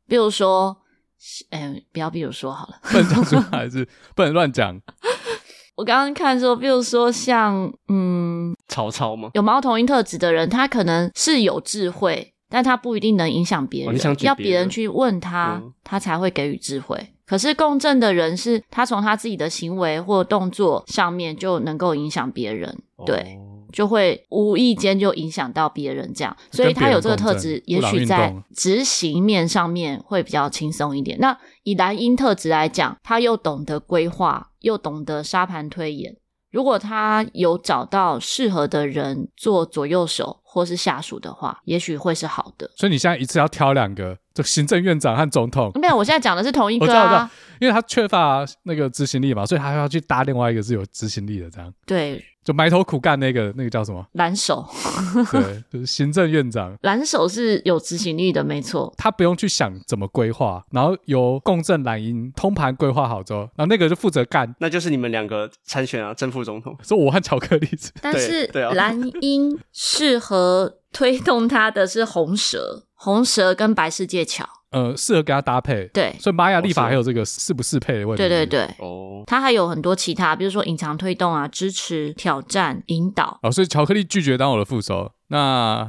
Speaker 3: 比如说，哎、不要比如说好了，
Speaker 1: 不能讲出来是不能乱讲。
Speaker 3: 我刚刚看说，比如说像嗯，
Speaker 2: 曹操吗？
Speaker 3: 有猫头鹰特质的人，他可能是有智慧，但他不一定能影响别
Speaker 2: 哦
Speaker 3: 人，
Speaker 2: 你想举
Speaker 3: 要
Speaker 2: 别
Speaker 3: 别人
Speaker 2: 人
Speaker 3: 去问他，
Speaker 2: 嗯
Speaker 3: 他才会给予智慧。可是共振的人是，他从他自己的行为或动作上面就能够影响别人，对，
Speaker 2: 哦，
Speaker 3: 就会无意间就影响到别人，这样，所以
Speaker 1: 跟别
Speaker 3: 他有
Speaker 1: 人
Speaker 3: 这个
Speaker 1: 共
Speaker 3: 特
Speaker 1: 振
Speaker 3: 质，
Speaker 1: 布
Speaker 3: 也
Speaker 1: 朗
Speaker 3: 许
Speaker 1: 运
Speaker 3: 在
Speaker 1: 动
Speaker 3: 执行面上面会比较轻松一点。那以蓝鹰特质来讲，他又懂得规划，又懂得沙盘推演。如果他有找到适合的人做左右手或是下属的话，也许会是好的。
Speaker 1: 所以你现在一次要挑两个，就行政院长和总统，
Speaker 3: 没有，我现在讲的是同一
Speaker 1: 我知
Speaker 3: 个
Speaker 1: 道我知
Speaker 3: 啊
Speaker 1: 道。因为他缺乏那个执行力嘛，所以他要去搭另外一个是有执行力的，这样
Speaker 3: 对，？
Speaker 1: 就埋头苦干那个那个叫什么
Speaker 3: 蓝手，
Speaker 1: 对，就是行政院长，
Speaker 3: 蓝手是有执行力的，没错。
Speaker 1: 他不用去想怎么规划，然后由共振蓝营通盘规划好之后，然后那个就负责干。
Speaker 2: 那就是你们两个参选啊，正副总统。
Speaker 1: 所以我和巧克力是
Speaker 3: 但
Speaker 2: 对
Speaker 3: 是
Speaker 2: 对啊
Speaker 3: 蓝鹰适合推动它的是 红蛇，红蛇跟白世界桥，
Speaker 1: 呃适合跟他搭配，
Speaker 3: 对
Speaker 1: 所以玛雅历
Speaker 2: 哦
Speaker 1: 法
Speaker 2: 是哦
Speaker 1: 还有这个适不适配的问题。
Speaker 3: 对对。对，
Speaker 2: 哦，
Speaker 3: 它还有很多其他，比如说隐藏推动啊、支持、挑战、引导。
Speaker 1: 哦，所以巧克力拒绝当我的副手。那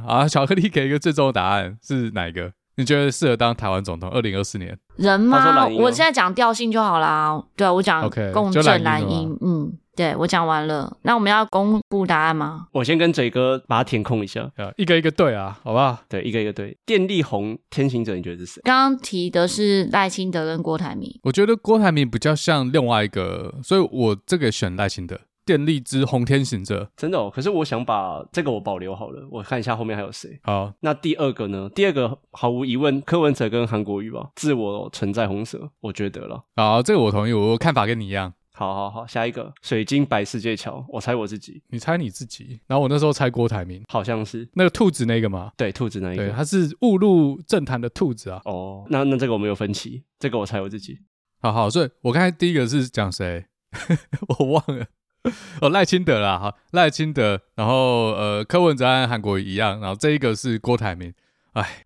Speaker 1: 啊， 巧克力给一个最终的答案是哪一个？你觉得适合当台湾总统？二零二四年
Speaker 3: 人
Speaker 2: 他说
Speaker 3: 吗？
Speaker 2: 蓝鹰啊
Speaker 3: 我现在讲调性就好啦。对啊，我讲
Speaker 1: OK，
Speaker 3: 共
Speaker 1: 就蓝
Speaker 3: 振
Speaker 1: 鹰
Speaker 3: 蓝
Speaker 1: 了
Speaker 3: 鹰，嗯，对我讲完了。那我们要公布答案吗？
Speaker 2: 我先跟嘴哥把它填空一下。
Speaker 1: 啊，一个一个对啊，好不好？
Speaker 2: 对，一个一个对。电力红天行者，你觉得是谁？
Speaker 3: 刚刚提的是赖清德跟郭台铭，
Speaker 1: 我觉得郭台铭比较像另外一个，所以我这个选赖清德。电力之红天行者，
Speaker 2: 真的哦，可是我想把这个我保留好了，我看一下后面还有谁。
Speaker 1: 好，
Speaker 2: 那第二个呢？第二个毫无疑问，柯文哲跟韩国瑜吧，自我存在红蛇，我觉得了。
Speaker 1: 好，这个我同意，我看法跟你一样。
Speaker 2: 好好好，下一个水晶白世界桥，我猜我自己
Speaker 1: 你猜你自己，然后我那时候猜郭台铭，
Speaker 2: 好像是
Speaker 1: 那个兔子那个嘛，
Speaker 2: 对兔子那一
Speaker 1: 对，
Speaker 2: 个。
Speaker 1: 他是误入政坛的兔子啊。
Speaker 2: 哦，那那这个我没有分歧，这个我猜我自己。
Speaker 1: 好好，所以我刚才第一个是讲谁， 我忘了。哦，赖清德啦，好，赖清德，然后呃，柯文哲和韩国瑜一样，然后这一个是郭台铭。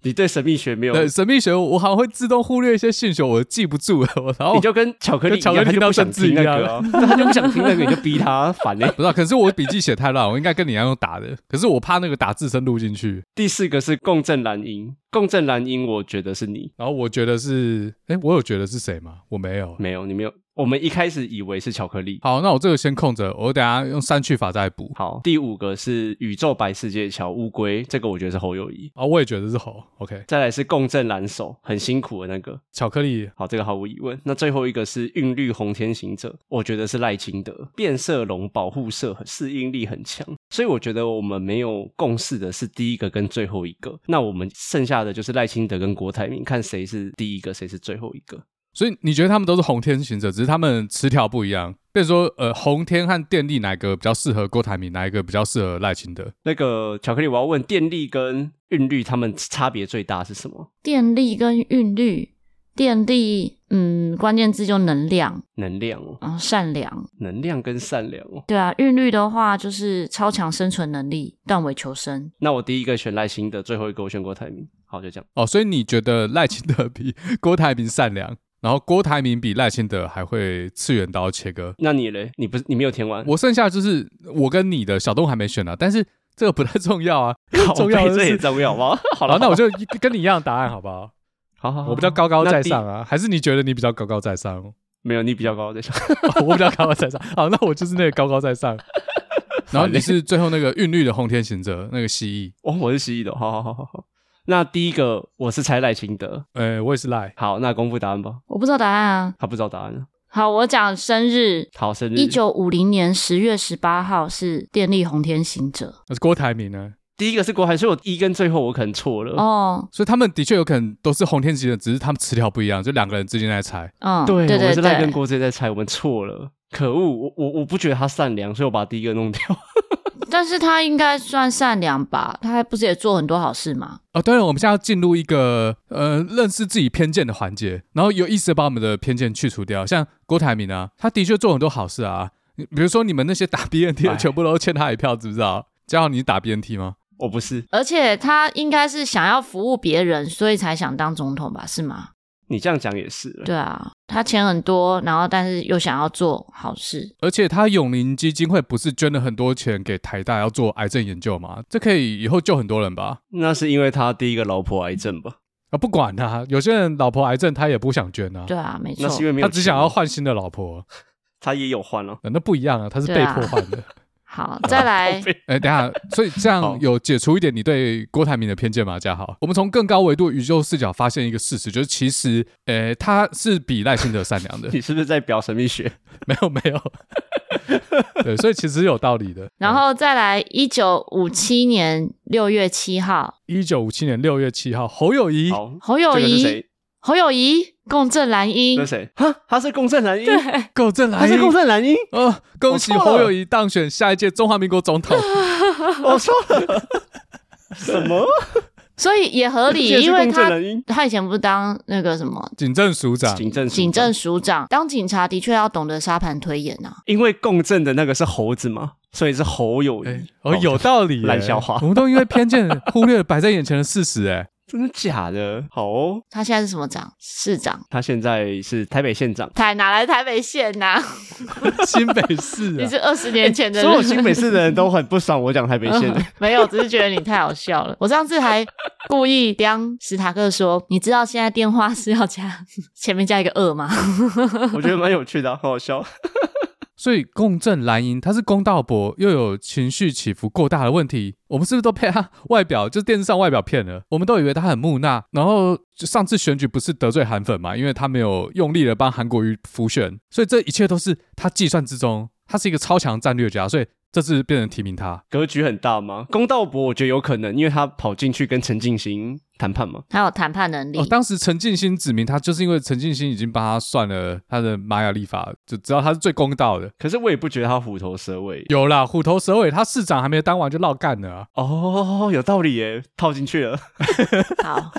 Speaker 2: 你对神秘学没有，
Speaker 1: 对，神秘学我好像会自动忽略一些讯息，我记不住了。我然后
Speaker 2: 你就跟巧克力一
Speaker 1: 哦跟巧
Speaker 2: 样，
Speaker 1: 克力
Speaker 2: 他就
Speaker 1: 到
Speaker 2: 不想
Speaker 1: 政治
Speaker 2: 听那个、啊， 他就不想听那个，你就逼他，烦欸呢、
Speaker 1: 不知道，可是我笔记写太烂，我应该跟你一样用打的，可是我怕那个打字声录进去。
Speaker 2: 第四个是共振蓝鹰，共振蓝鹰，我觉得是你，
Speaker 1: 然后我觉得是，哎，我有觉得是谁吗？我没有。
Speaker 2: 没有，你没有。我们一开始以为是巧克力。
Speaker 1: 好，那我这个先空着，我等下用删去法再补。
Speaker 2: 好，第五个是宇宙白世界桥乌龟，这个我觉得是侯友谊。
Speaker 1: 啊，我也觉得是猴。OK，
Speaker 2: 再来是共振蓝手，很辛苦的那个。
Speaker 1: 巧克力
Speaker 2: 好，这个毫无疑问。那最后一个是韵律红天行者，我觉得是赖清德，变色龙保护色很适应力很强，所以我觉得我们没有共识的是第一个跟最后一个。那我们剩下的就是赖清德跟郭台铭，看谁是第一个，谁是最后一个。
Speaker 1: 所以你觉得他们都是红天行者，只是他们词条不一样。比如说，呃，红天和电力哪一个比较适合郭台铭，哪一个比较适合赖清德？
Speaker 2: 那个巧克力，我要问电力跟韵律它们差别最大是什么？
Speaker 3: 电力跟韵律，电力，嗯，关键字就能量，
Speaker 2: 能量哦，
Speaker 3: 然后善良。
Speaker 2: 能量跟善良哦。
Speaker 3: 对啊，韵律的话就是超强生存能力，断尾求生。
Speaker 2: 那我第一个选赖清德，最后一个我选郭台铭。好，就这样。
Speaker 1: 哦，所以你觉得赖清德比 郭台铭善良，然后郭台铭比赖清德还会次元刀切割。
Speaker 2: 那你嘞？你不是你没有填完？
Speaker 1: 我剩下就是我跟你的小东还没选啊呢、但是这个不太重要 啊，
Speaker 2: 靠
Speaker 1: 重要
Speaker 2: 背
Speaker 1: 的
Speaker 2: 这也
Speaker 1: 是。
Speaker 2: 重要 吗？
Speaker 1: 好
Speaker 2: 好了，
Speaker 1: 那我就跟你一样答案好不好？
Speaker 2: 好好好，
Speaker 1: 我比较高高
Speaker 2: 那
Speaker 1: 在
Speaker 2: 第
Speaker 1: 上啊，还是你觉得你比较高高在 上？
Speaker 2: 没有你比较高在上。
Speaker 1: 哦我比较高高在上。 好，那我就是那个高高在上。然后你是最后那个韵律的轰天行者，那个蜥蜴。
Speaker 2: 哦，我是蜥蜴的。好好好好好。那第一个我是猜赖清德。
Speaker 1: 呃，我也是赖。
Speaker 2: 好，那公布答案吧。
Speaker 3: 我不知道答案啊。
Speaker 2: 他不知道答案了。
Speaker 3: 好，我讲生日，
Speaker 2: 好，生日
Speaker 3: 一九五零年十月十八号是电力红天行者。
Speaker 1: 那是郭台铭呢？
Speaker 2: 第一个是郭海，所以我一跟最后我可能错了。
Speaker 3: 哦，
Speaker 1: 所以他们的确有可能都是红天行者，只是他们词条不一样，就两个人之间在猜。
Speaker 3: 嗯，
Speaker 2: 对，
Speaker 3: 对
Speaker 2: 我们
Speaker 3: 对
Speaker 2: 是赖跟
Speaker 3: 对，
Speaker 2: 郭之间在猜，我们错了。可恶，我我我不觉得他善良，所以我把第一个弄掉。
Speaker 3: 但是他应该算善良吧？他不是也做很多好事吗？
Speaker 1: 哦，对了，我们现在要进入一个呃认识自己偏见的环节，然后有意识地把我们的偏见去除掉。像郭台铭啊，他的确做很多好事啊，比如说你们那些打 BNT 的
Speaker 2: 哎
Speaker 1: 全部都欠他一票，知不知道？嘉豪，你打 BNT 吗？
Speaker 2: 我不是，
Speaker 3: 而且他应该是想要服务别人，所以才想当总统吧？是吗？
Speaker 2: 你这样讲也是。
Speaker 3: 对啊，他钱很多，然后但是又想要做好事，
Speaker 1: 而且他永林基金会不是捐了很多钱给台大要做癌症研究吗？这可以以后救很多人吧？
Speaker 2: 那是因为他第一个老婆癌症吧？
Speaker 1: 啊，不管他、有些人老婆癌症他也不想捐啊，
Speaker 3: 对啊，没错
Speaker 2: 那，是因为没有
Speaker 1: 他
Speaker 2: 钱，
Speaker 1: 只想要换新的老婆、
Speaker 2: 他也有换了、
Speaker 1: 呃那不一样啊，他是被
Speaker 3: 对啊
Speaker 1: 迫换的。
Speaker 3: 好，再来
Speaker 2: 靠，背
Speaker 1: 哎、等一下，所以这
Speaker 2: 好
Speaker 1: 样有解除一点你对郭台铭的偏见吗？嘉豪，我们从更高维度宇宙视角发现一个事实，就是其实，呃，他是比赖清德善 良的
Speaker 2: ，你是不是在表神秘学？
Speaker 1: 没有没有， 对，所以其实有道理的。
Speaker 2: 嗯
Speaker 3: 然后再来，一九五七年六月七号，
Speaker 1: 一九五七年六月七号，侯友谊
Speaker 2: 好，
Speaker 3: 侯友
Speaker 2: 这个是
Speaker 3: 谊，
Speaker 2: 谁？
Speaker 3: 侯友谊共振蓝
Speaker 2: 这
Speaker 3: 英
Speaker 2: 是，谁？哈，他是共振蓝英，
Speaker 1: 够正来，
Speaker 2: 他是共振蓝英，
Speaker 3: 哎
Speaker 1: 呃，恭喜
Speaker 2: 我错了
Speaker 1: 侯友谊当选下一届中华民国总 统。
Speaker 2: 我哦错了。 什么？
Speaker 3: 所以也合 理，
Speaker 2: 这是
Speaker 3: 因为
Speaker 2: 共振
Speaker 3: 他
Speaker 2: 蓝英，
Speaker 3: 他以前不是当那个什么
Speaker 1: 警政署长，
Speaker 2: 警政署
Speaker 3: 警
Speaker 2: 长
Speaker 3: 政署长，当警察的确要懂得沙盘推演啊。
Speaker 2: 因为共振的那个是猴子嘛，所以是侯友
Speaker 1: 哎
Speaker 2: 谊。
Speaker 1: 哦，有道理耶，
Speaker 2: 烂笑话
Speaker 1: 我们都因为偏见忽略了摆在眼前的事实，哎，
Speaker 2: 真的假的？好哦，
Speaker 3: 他现在是什么长？市长？
Speaker 2: 他现在是台北县长。
Speaker 3: 台哪来台北县 呐、
Speaker 1: 新北市
Speaker 3: 你
Speaker 1: 啊，
Speaker 3: 是二十年前的人，，
Speaker 2: 哎所有新北市的人都很不爽我讲台北县的
Speaker 3: 没有，只是觉得你太好笑了。我上次还故意当史塔克说：“你知道现在电话是要加 前面加一个二吗 嗯
Speaker 2: 我觉得蛮有趣的啊，很好笑。
Speaker 1: 所以共振蓝营他是公道博，又有情绪起伏过大的问题，我们是不是都被他外表，就是电视上外表骗了？我们都以为他很木讷，然后就上次选举不是得罪韩粉嘛，因为他没有用力的帮韩国瑜浮选，所以这一切都是他计算之中，他是一个超强战略家，所以这次变成提名他。
Speaker 2: 格局很大吗？公道博我觉得有可能，因为他跑进去跟陈进兴谈判嘛？”。
Speaker 3: 他有谈判能力
Speaker 1: 哦，，当时陈进兴指名他，就是因为陈进兴已经帮他算了他的玛雅历法，就知道他是最公道的。
Speaker 2: 可是我也不觉得他虎头蛇尾。
Speaker 1: 有啦，虎头蛇尾，他市长还没当完就落干了、啊。
Speaker 2: 哦，有道理耶，套进去了。
Speaker 3: 好，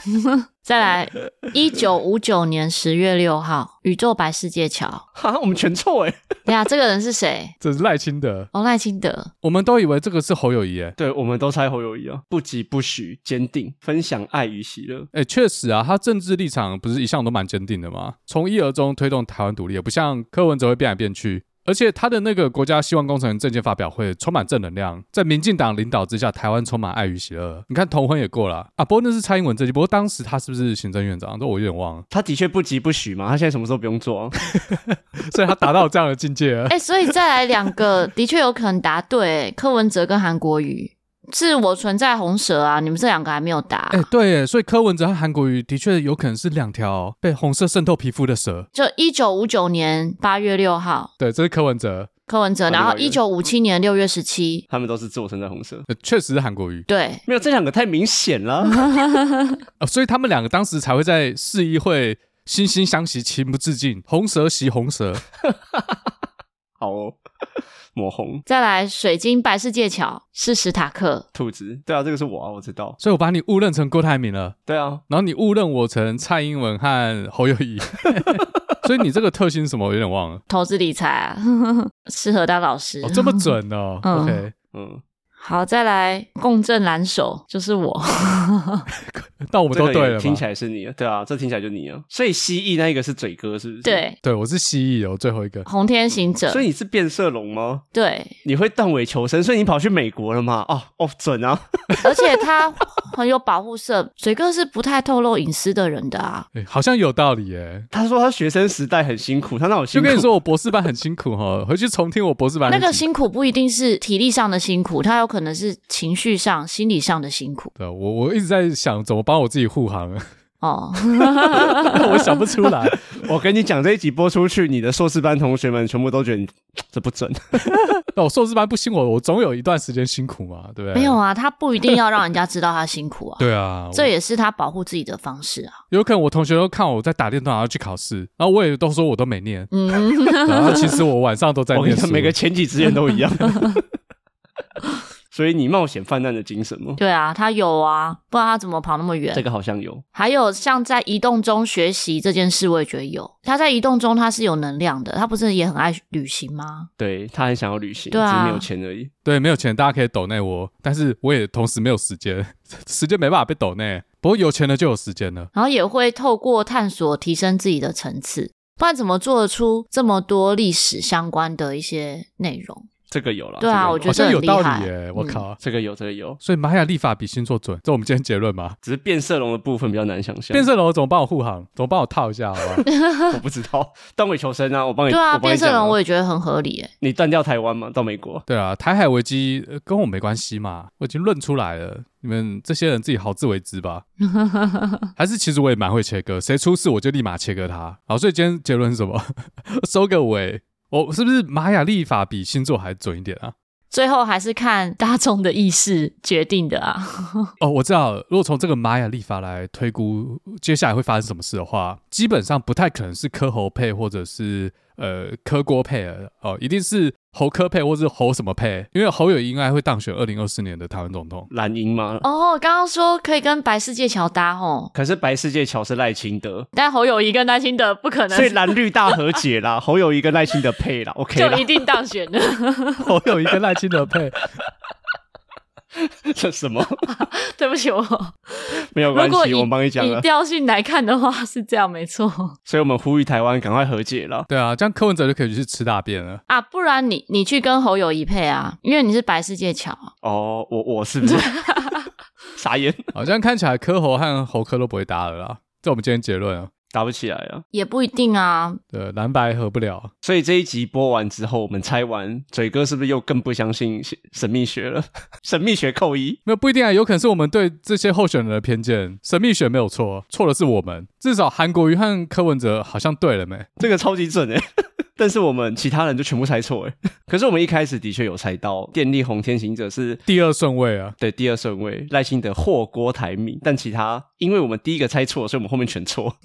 Speaker 3: 再来，一九五九年十月六号，宇宙白世界桥。
Speaker 2: 哈，我们全错哎。
Speaker 3: 对啊，这个人是谁？
Speaker 1: 这是赖清德，
Speaker 3: 哦，赖清德。
Speaker 1: 我们都以为这个是侯友谊，哎，
Speaker 2: 对，我们都猜侯友谊啊，不急不徐，坚定，分享爱与喜乐。
Speaker 1: 哎，确实啊，他政治立场不是一向都蛮坚定的吗？从一而终推动台湾独立，也不像柯文哲会变来变去。而且他的那个国家希望工程政见发表会充满正能量，在民进党领导之下，台湾充满爱与喜乐。你看同婚也过了啊啊，不过那是蔡英文这期，不过当时他是不是行政院长？这我有点忘了，
Speaker 2: 他的确不急不徐嘛，他现在什么时候不用 做、啊？
Speaker 1: 所以他达到这样的境 界了。
Speaker 3: 哎、所以再来两个，的确有可能答对、柯文哲跟韩国瑜。是我存在红蛇啊，你们这两个还没有答、
Speaker 1: 哎、对耶，所以柯文哲和韩国瑜的确有可能是两条被红色渗透皮肤的蛇。
Speaker 3: 就一九五九年八月六号，
Speaker 1: 对，这是柯文哲，
Speaker 3: 柯文哲，
Speaker 2: 哦
Speaker 3: 然后一
Speaker 2: 另外
Speaker 3: 九五七年六月十七，
Speaker 2: 他们都是自我身在红色，
Speaker 1: 呃确实是韩国瑜
Speaker 3: 对，
Speaker 2: 没有这两个太明显了。
Speaker 1: 哦啊、呃所以他们两个当时才会在市议会惺惺相惜，情不自禁，红蛇惜红蛇。
Speaker 2: 好哦， 抹红
Speaker 3: 再来，水晶白世界桥是史塔克，
Speaker 2: 兔子，对啊，这个是我啊，我知道，
Speaker 1: 所以我把你误认成郭台铭了，
Speaker 2: 对啊，
Speaker 1: 然后你误认我成蔡英文和侯友谊， 所以你这个特性是什么？我有点忘了。
Speaker 3: 投资理财、啊、 适合当老师。
Speaker 1: 哦，这么准哦。
Speaker 3: 嗯
Speaker 1: OK，
Speaker 2: 嗯，
Speaker 3: 好，再来共振蓝手就 是我，嗯
Speaker 1: 但我们
Speaker 2: 这
Speaker 1: 都
Speaker 2: 个
Speaker 1: 对
Speaker 2: 也
Speaker 1: 了
Speaker 2: 听
Speaker 1: 嘛
Speaker 2: 起。来是你，对啊，这听起来就你啊，所以蜥蜴那一个是嘴哥是不是？，
Speaker 3: 对，
Speaker 1: 对，我是蜥蜴哦，最后一个。
Speaker 3: 红天行者
Speaker 2: 所，以你是变色龙吗？
Speaker 3: 对，
Speaker 2: 你会断尾求生，所以你跑去美国了吗？哦哦，准啊，
Speaker 3: 而且他很有保护色，水哥是不太透露隐私的人的啊。
Speaker 1: 哎，好像有道理耶。
Speaker 2: 他说他学生时代很辛苦，他那我
Speaker 1: 就
Speaker 2: 辛苦，
Speaker 1: 跟你，说，我博士班很辛苦哈，回去重听我博士班
Speaker 3: 那个
Speaker 1: 集
Speaker 3: 辛苦不一定是体力上的辛苦，他有可能是情绪上、心理上的辛苦
Speaker 1: 对，我我一直在想怎么帮我自己护航，
Speaker 3: 哦。
Speaker 1: 我想不出来。
Speaker 2: 我跟你讲，这一集播出去，你的硕士班同学们全部都觉得你这不准，
Speaker 1: 那我硕士班不辛苦，我总有一段时间辛苦嘛，对不对？
Speaker 3: 没有，啊，他不一定要让人家知道他辛苦啊，
Speaker 1: 对啊，
Speaker 3: 这也是他保护自己的方式啊。
Speaker 1: 有可能我同学都看我在打电动，然后去考试，然后我也都说我都没念，
Speaker 3: 嗯，
Speaker 1: 然后其实我晚上都在
Speaker 2: 我跟
Speaker 1: 念
Speaker 2: 哦你讲，
Speaker 1: 书。
Speaker 2: 每个前几志愿都 一样。所以你冒险犯难的精神吗？
Speaker 3: 对啊，他有啊，不然他怎么跑那么远？
Speaker 2: 这个好像有，
Speaker 3: 还有像在移动中学习这件事，我也觉得有。他在移动中他是有能量的，他不是也很爱旅行吗？
Speaker 2: 对他很想要旅行，
Speaker 3: 对啊
Speaker 2: 只是没有钱而已。
Speaker 1: 对，没有钱大家可以抖内我，但是我也同时没有时间，时间没办法被抖内。不过有钱了就有时间了。
Speaker 3: 然后也会透过探索提升自己的层次，不然怎么做得出这么多历史相关的一些内容？
Speaker 2: 这个有了，
Speaker 3: 对啊
Speaker 2: 这个有
Speaker 3: 我觉
Speaker 1: 好
Speaker 3: 得
Speaker 1: 像有道
Speaker 3: 这很
Speaker 1: 理
Speaker 3: 厉害
Speaker 1: 耶！我靠，
Speaker 2: 这个有，这个有，
Speaker 1: 所以玛雅历法比星座准，这我们今天结论嘛？
Speaker 2: 只是变色龙的部分比较难想象。
Speaker 1: 变色龙总帮我护航，总帮我套一下，好不好？
Speaker 2: 我不知道， 断尾求生啊，我帮你，
Speaker 3: 啊对
Speaker 2: 我
Speaker 3: 啊，
Speaker 2: 帮你
Speaker 3: 变
Speaker 2: 讲
Speaker 3: 色
Speaker 2: 啊
Speaker 3: 龙我也觉得很合理诶、
Speaker 2: 你断掉台湾嘛，到美国，
Speaker 1: 对啊，台海危机、呃跟我没关系嘛，我已经论出来了，你们这些人自己好自为之吧。还是其实我也蛮会切割，谁出事我就立马切割他。好，所以今天结论是什么？ 收个尾，我是不是玛雅历法比星座还准一点啊？
Speaker 3: 最后还是看大众的意识决定的啊。
Speaker 1: 哦，我知道了，如果从这个玛雅历法来推估接下来会发生什么事的话，基本上不太可能是柯侯配或者是呃柯郭配了哦，一定是侯柯配或是侯什么配，因为侯友宜应该会当选二零二四年的台湾总统。
Speaker 2: 蓝鹰吗？
Speaker 3: 哦，刚刚说可以跟白世界桥搭吼，
Speaker 2: 可是白世界桥是赖清德，
Speaker 3: 但侯友谊跟赖清德不可能
Speaker 2: 所以蓝绿大和解 啦，侯友谊跟赖清德配啦，OK
Speaker 3: 就
Speaker 2: 啦
Speaker 3: 一，定当选的，
Speaker 1: 侯友谊跟赖清德配，
Speaker 2: 这什么
Speaker 3: 对不起我。
Speaker 2: 没 有
Speaker 3: 如
Speaker 2: 关
Speaker 3: 果以
Speaker 2: 系，我帮你讲
Speaker 3: 以
Speaker 2: 了。
Speaker 3: 调性来看的话，是这样没错
Speaker 2: 所以我们呼吁台湾赶快和解啦。
Speaker 1: 对啊，这样柯文哲就可以去吃大便了。
Speaker 3: 啊。不然你你去跟侯友谊配啊，因为你是白世界桥啊，
Speaker 2: 哦，我我是不 是傻眼？
Speaker 1: 好像哦看起来柯侯和侯柯都不会搭了啦，这我们今天结论啊。
Speaker 2: 打不起来啊！
Speaker 3: 也不一定啊。
Speaker 1: 对，蓝白合不了，
Speaker 2: 所以这一集播完之后，我们猜完，嘴哥是不是又更不相信神神秘学了？ 神秘学扣一，
Speaker 1: 没有不一定啊，有可能是我们对这些候选人的偏见。神秘学没有错，错的是我们。至少韩国瑜和柯文哲好像对了没？
Speaker 2: 这个超级准哎、 但是我们其他人就全部猜错哎、 可是我们一开始的确有猜到，电力红天行者是
Speaker 1: 第二顺位啊，
Speaker 2: 对第二顺位，赖清德或郭台铭，但其他因为我们第一个猜错，所以我们后面全错。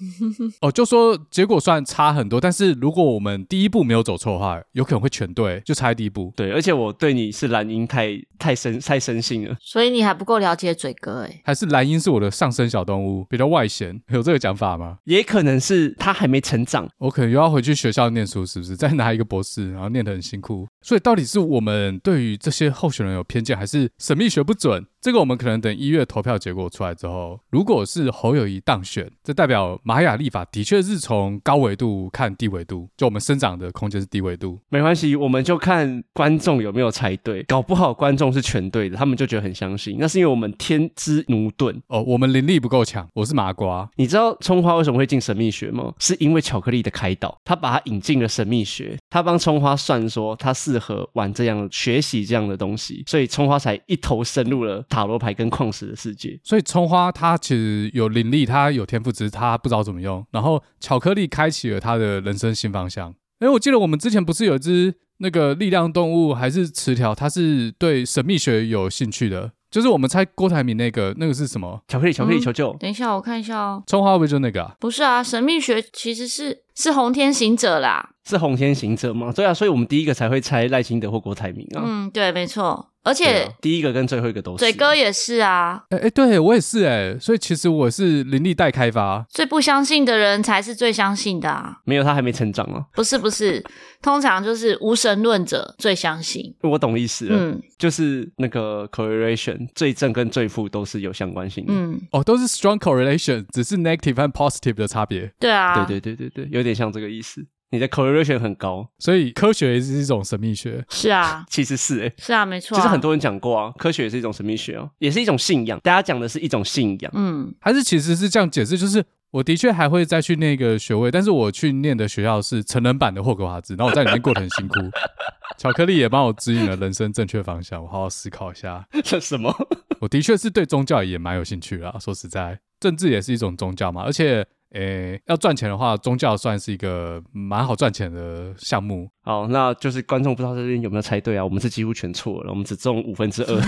Speaker 1: 哦，就说结果虽然差很多，但是如果我们第一步没有走错的话，有可能会全对，就差第一步。
Speaker 2: 对，而且我对你是蓝鹰太太深太深信了。
Speaker 3: 所以你还不够了解嘴哥诶、欸
Speaker 1: 还是蓝鹰是我的上升小动物，比较外显，有这个讲法吗？
Speaker 2: 也可能是他还没成长，
Speaker 1: 我可能又要回去学校念书，是不是？ 再拿一个博士，然后念得很辛苦。所以到底是我们对于这些候选人有偏见，还是神秘学不准？这个我们可能等一月投票结果出来之后，如果是侯友谊当选，这代表玛雅历法的确是从高维度看低维度，就我们生长的空间是低维度。
Speaker 2: 没关系，我们就看观众有没有猜对。搞不好观众是全对的，他们就觉得很相信。那是因为我们天之奴钝。
Speaker 1: 哦，我们灵力不够强，我是麻瓜。
Speaker 2: 你知道葱花为什么会进神秘学吗？是因为巧克力的开导，他把它引进了神秘学，他帮葱花算说他适合玩这样学习这样的东西，所以葱花才一头深入了塔罗牌跟矿石的世界。
Speaker 1: 所以葱花它其实有灵力，它有天赋，只是它不知道怎么用。然后巧克力开启了他的人生新方向。哎，我记得我们之前不是有一只那个力量动物还是磁条，它是对神秘学有兴趣的，就是我们猜郭台铭那个那个是什么？
Speaker 2: 巧克力，巧克力
Speaker 3: 嗯
Speaker 2: 求救，
Speaker 3: 等一下，我看一下哦。
Speaker 1: 中华会不会就那个啊？
Speaker 3: 不是啊，神秘学其实是是红天行者啦。
Speaker 2: 是红天行者吗？对啊，所以我们第一个才会猜赖清德或郭台铭啊。
Speaker 3: 嗯，对，没错。而
Speaker 2: 对
Speaker 3: 且、
Speaker 2: 啊，第一个跟最后一个都是。
Speaker 3: 嘴哥也是啊，
Speaker 1: 哎、哎、对我也是哎、所以其实我是林立代开发，
Speaker 3: 最不相信的人才是最相信的啊。
Speaker 2: 没有，他还没成长啊。
Speaker 3: 不是不 是，通常就是无神论者最相信。
Speaker 2: 我懂意思了，
Speaker 3: 嗯
Speaker 2: 就是那个 correlation 最正跟最负都是有相关性的。
Speaker 3: 嗯，
Speaker 1: 哦，都是 strong correlation，只是 negative 和 positive 的差别。
Speaker 3: 对啊，
Speaker 2: 对对对对对，有点像这个意思。你的 correlation 很高，
Speaker 1: 所以科学也是一种神秘学。
Speaker 3: 是啊，
Speaker 2: 其实是诶、欸
Speaker 3: 是啊，没错、
Speaker 2: 其
Speaker 3: 啊。
Speaker 2: 实很，多人讲过啊，科学也是一种神秘学啊，也是一种信仰。大家讲的是一种信仰，
Speaker 3: 嗯
Speaker 1: 还是其实是这样解释，就是我的确还会再去那个学位，但是我去念的学校是成人版的霍格华兹，然后我在里面过得很辛苦。 巧克力也帮我指引了人生正确方向，我好好思考一下。
Speaker 2: 这 什么？
Speaker 1: 我的确是对宗教也蛮有兴趣啦，说实在，政治也是一种宗教嘛，而且诶、要赚钱的话，宗教算是一个蛮好赚钱的项目。
Speaker 2: 好，那就是观众不知道这边有没有猜对啊？我们是几乎全错了，我们只中五分之二。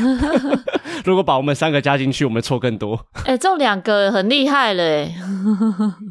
Speaker 2: 如果把我们三个加进去，我们错更多。
Speaker 3: 哎、中两个很厉害嘞，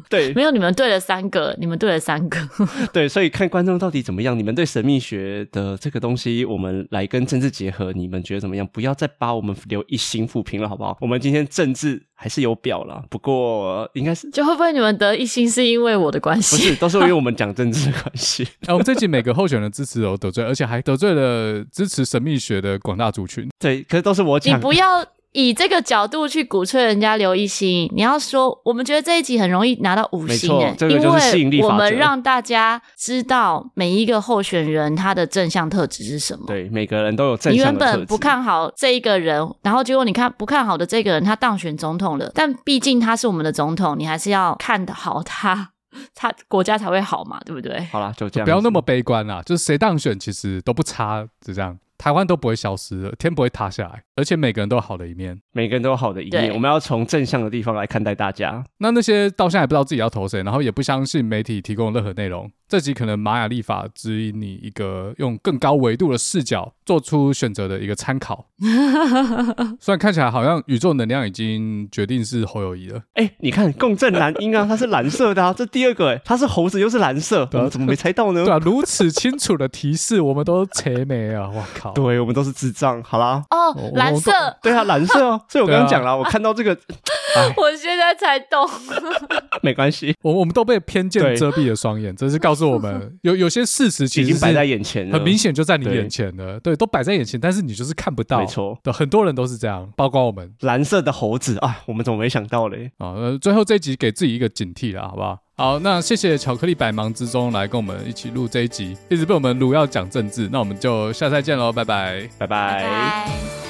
Speaker 2: 对
Speaker 3: 没有你们对了三个，你们对了三个，
Speaker 2: 对，所以看观众到底怎么样。你们对神秘学的这个东西，我们来跟政治结合，你们觉得怎么样？不要再把我们留一星负评了，好不好？我们今天政治还是有表了，不过应该是
Speaker 3: 就会不会你们得一星是因为我的关
Speaker 2: 不是
Speaker 3: 系？
Speaker 2: 都是因为我们讲政治的关系。
Speaker 1: 哎、我们这集每个候选人支持有得罪，而且还得罪了支持神秘学的广大族群。
Speaker 2: 对，可是都是我
Speaker 3: 你
Speaker 2: 讲。
Speaker 3: 不要以这个角度去鼓吹人家刘一星，你要说我们觉得这一集很容易拿到五星、
Speaker 2: 没
Speaker 3: 哎
Speaker 2: 错这个就是吸引力
Speaker 3: 因为
Speaker 2: 法则
Speaker 3: 我们让大家知道每一个候选人他的正向特质是什么。
Speaker 2: 对，每个人都有正
Speaker 3: 哦你
Speaker 2: 向
Speaker 3: 原
Speaker 2: 的特质。
Speaker 3: 本不看好这一个人，然后结果你看不看好的这个人，他当选总统了。但毕竟他是我们的总统，你还是要看好他， 他国家才会好嘛，对不对？
Speaker 2: 好啦，就这样，
Speaker 1: 不要那么。悲观啦，就是谁当选其实都不差，就这样，台湾都不会消失的，天不会塌下来，而且每个人都有好的一面。
Speaker 2: 每个人都有好的一面，
Speaker 3: 对
Speaker 2: 我们要从正向的地方来看待大家。
Speaker 1: 那那些到现在也不知道自己要投谁，然后也不相信媒体提供的任何内容，这集可能玛雅历法指引你一个用更高维度的视角做出选择的一个参 考。虽然看起来好像宇宙能量已经决定是侯友谊 了，
Speaker 2: 哎、你看共振蓝鹰 啊，它是蓝色的啊，这第二个哎、它是猴子又是蓝色，我
Speaker 1: 啊
Speaker 2: 们怎么没猜到呢？
Speaker 1: 对啊，如此清楚的提示，我们都扯没啊！我靠，
Speaker 2: 对我们都是智障。好啦，
Speaker 3: 哦
Speaker 1: 我，
Speaker 3: 蓝色，
Speaker 2: 对啊，蓝色 哦。所以我刚
Speaker 1: 对
Speaker 2: 刚
Speaker 1: 啊
Speaker 2: 讲了，我看 到这个，哎，
Speaker 3: 我现在才懂。
Speaker 2: 没关系，
Speaker 1: 我我们都被偏见
Speaker 2: 对
Speaker 1: 遮蔽了双眼，这是告诉我 们有有些事实其
Speaker 2: 已
Speaker 1: 实
Speaker 2: 经
Speaker 1: 是
Speaker 2: 摆在眼前了，
Speaker 1: 很明显就在你
Speaker 2: 对
Speaker 1: 眼前了，对，都摆在眼前，但是你就是看不到，
Speaker 2: 没错
Speaker 1: 对，很多人都是这样，包括我们
Speaker 2: 蓝色的猴子啊，我们怎么没想到嘞？
Speaker 1: 啊、呃，最后这一集给自己一个警惕啦，好不好？好，那谢谢巧克力百忙之中来跟我们一起录这一集，一直被我们录要讲政治，那我们就下次再见喽，拜拜。
Speaker 2: 拜拜。
Speaker 3: 拜。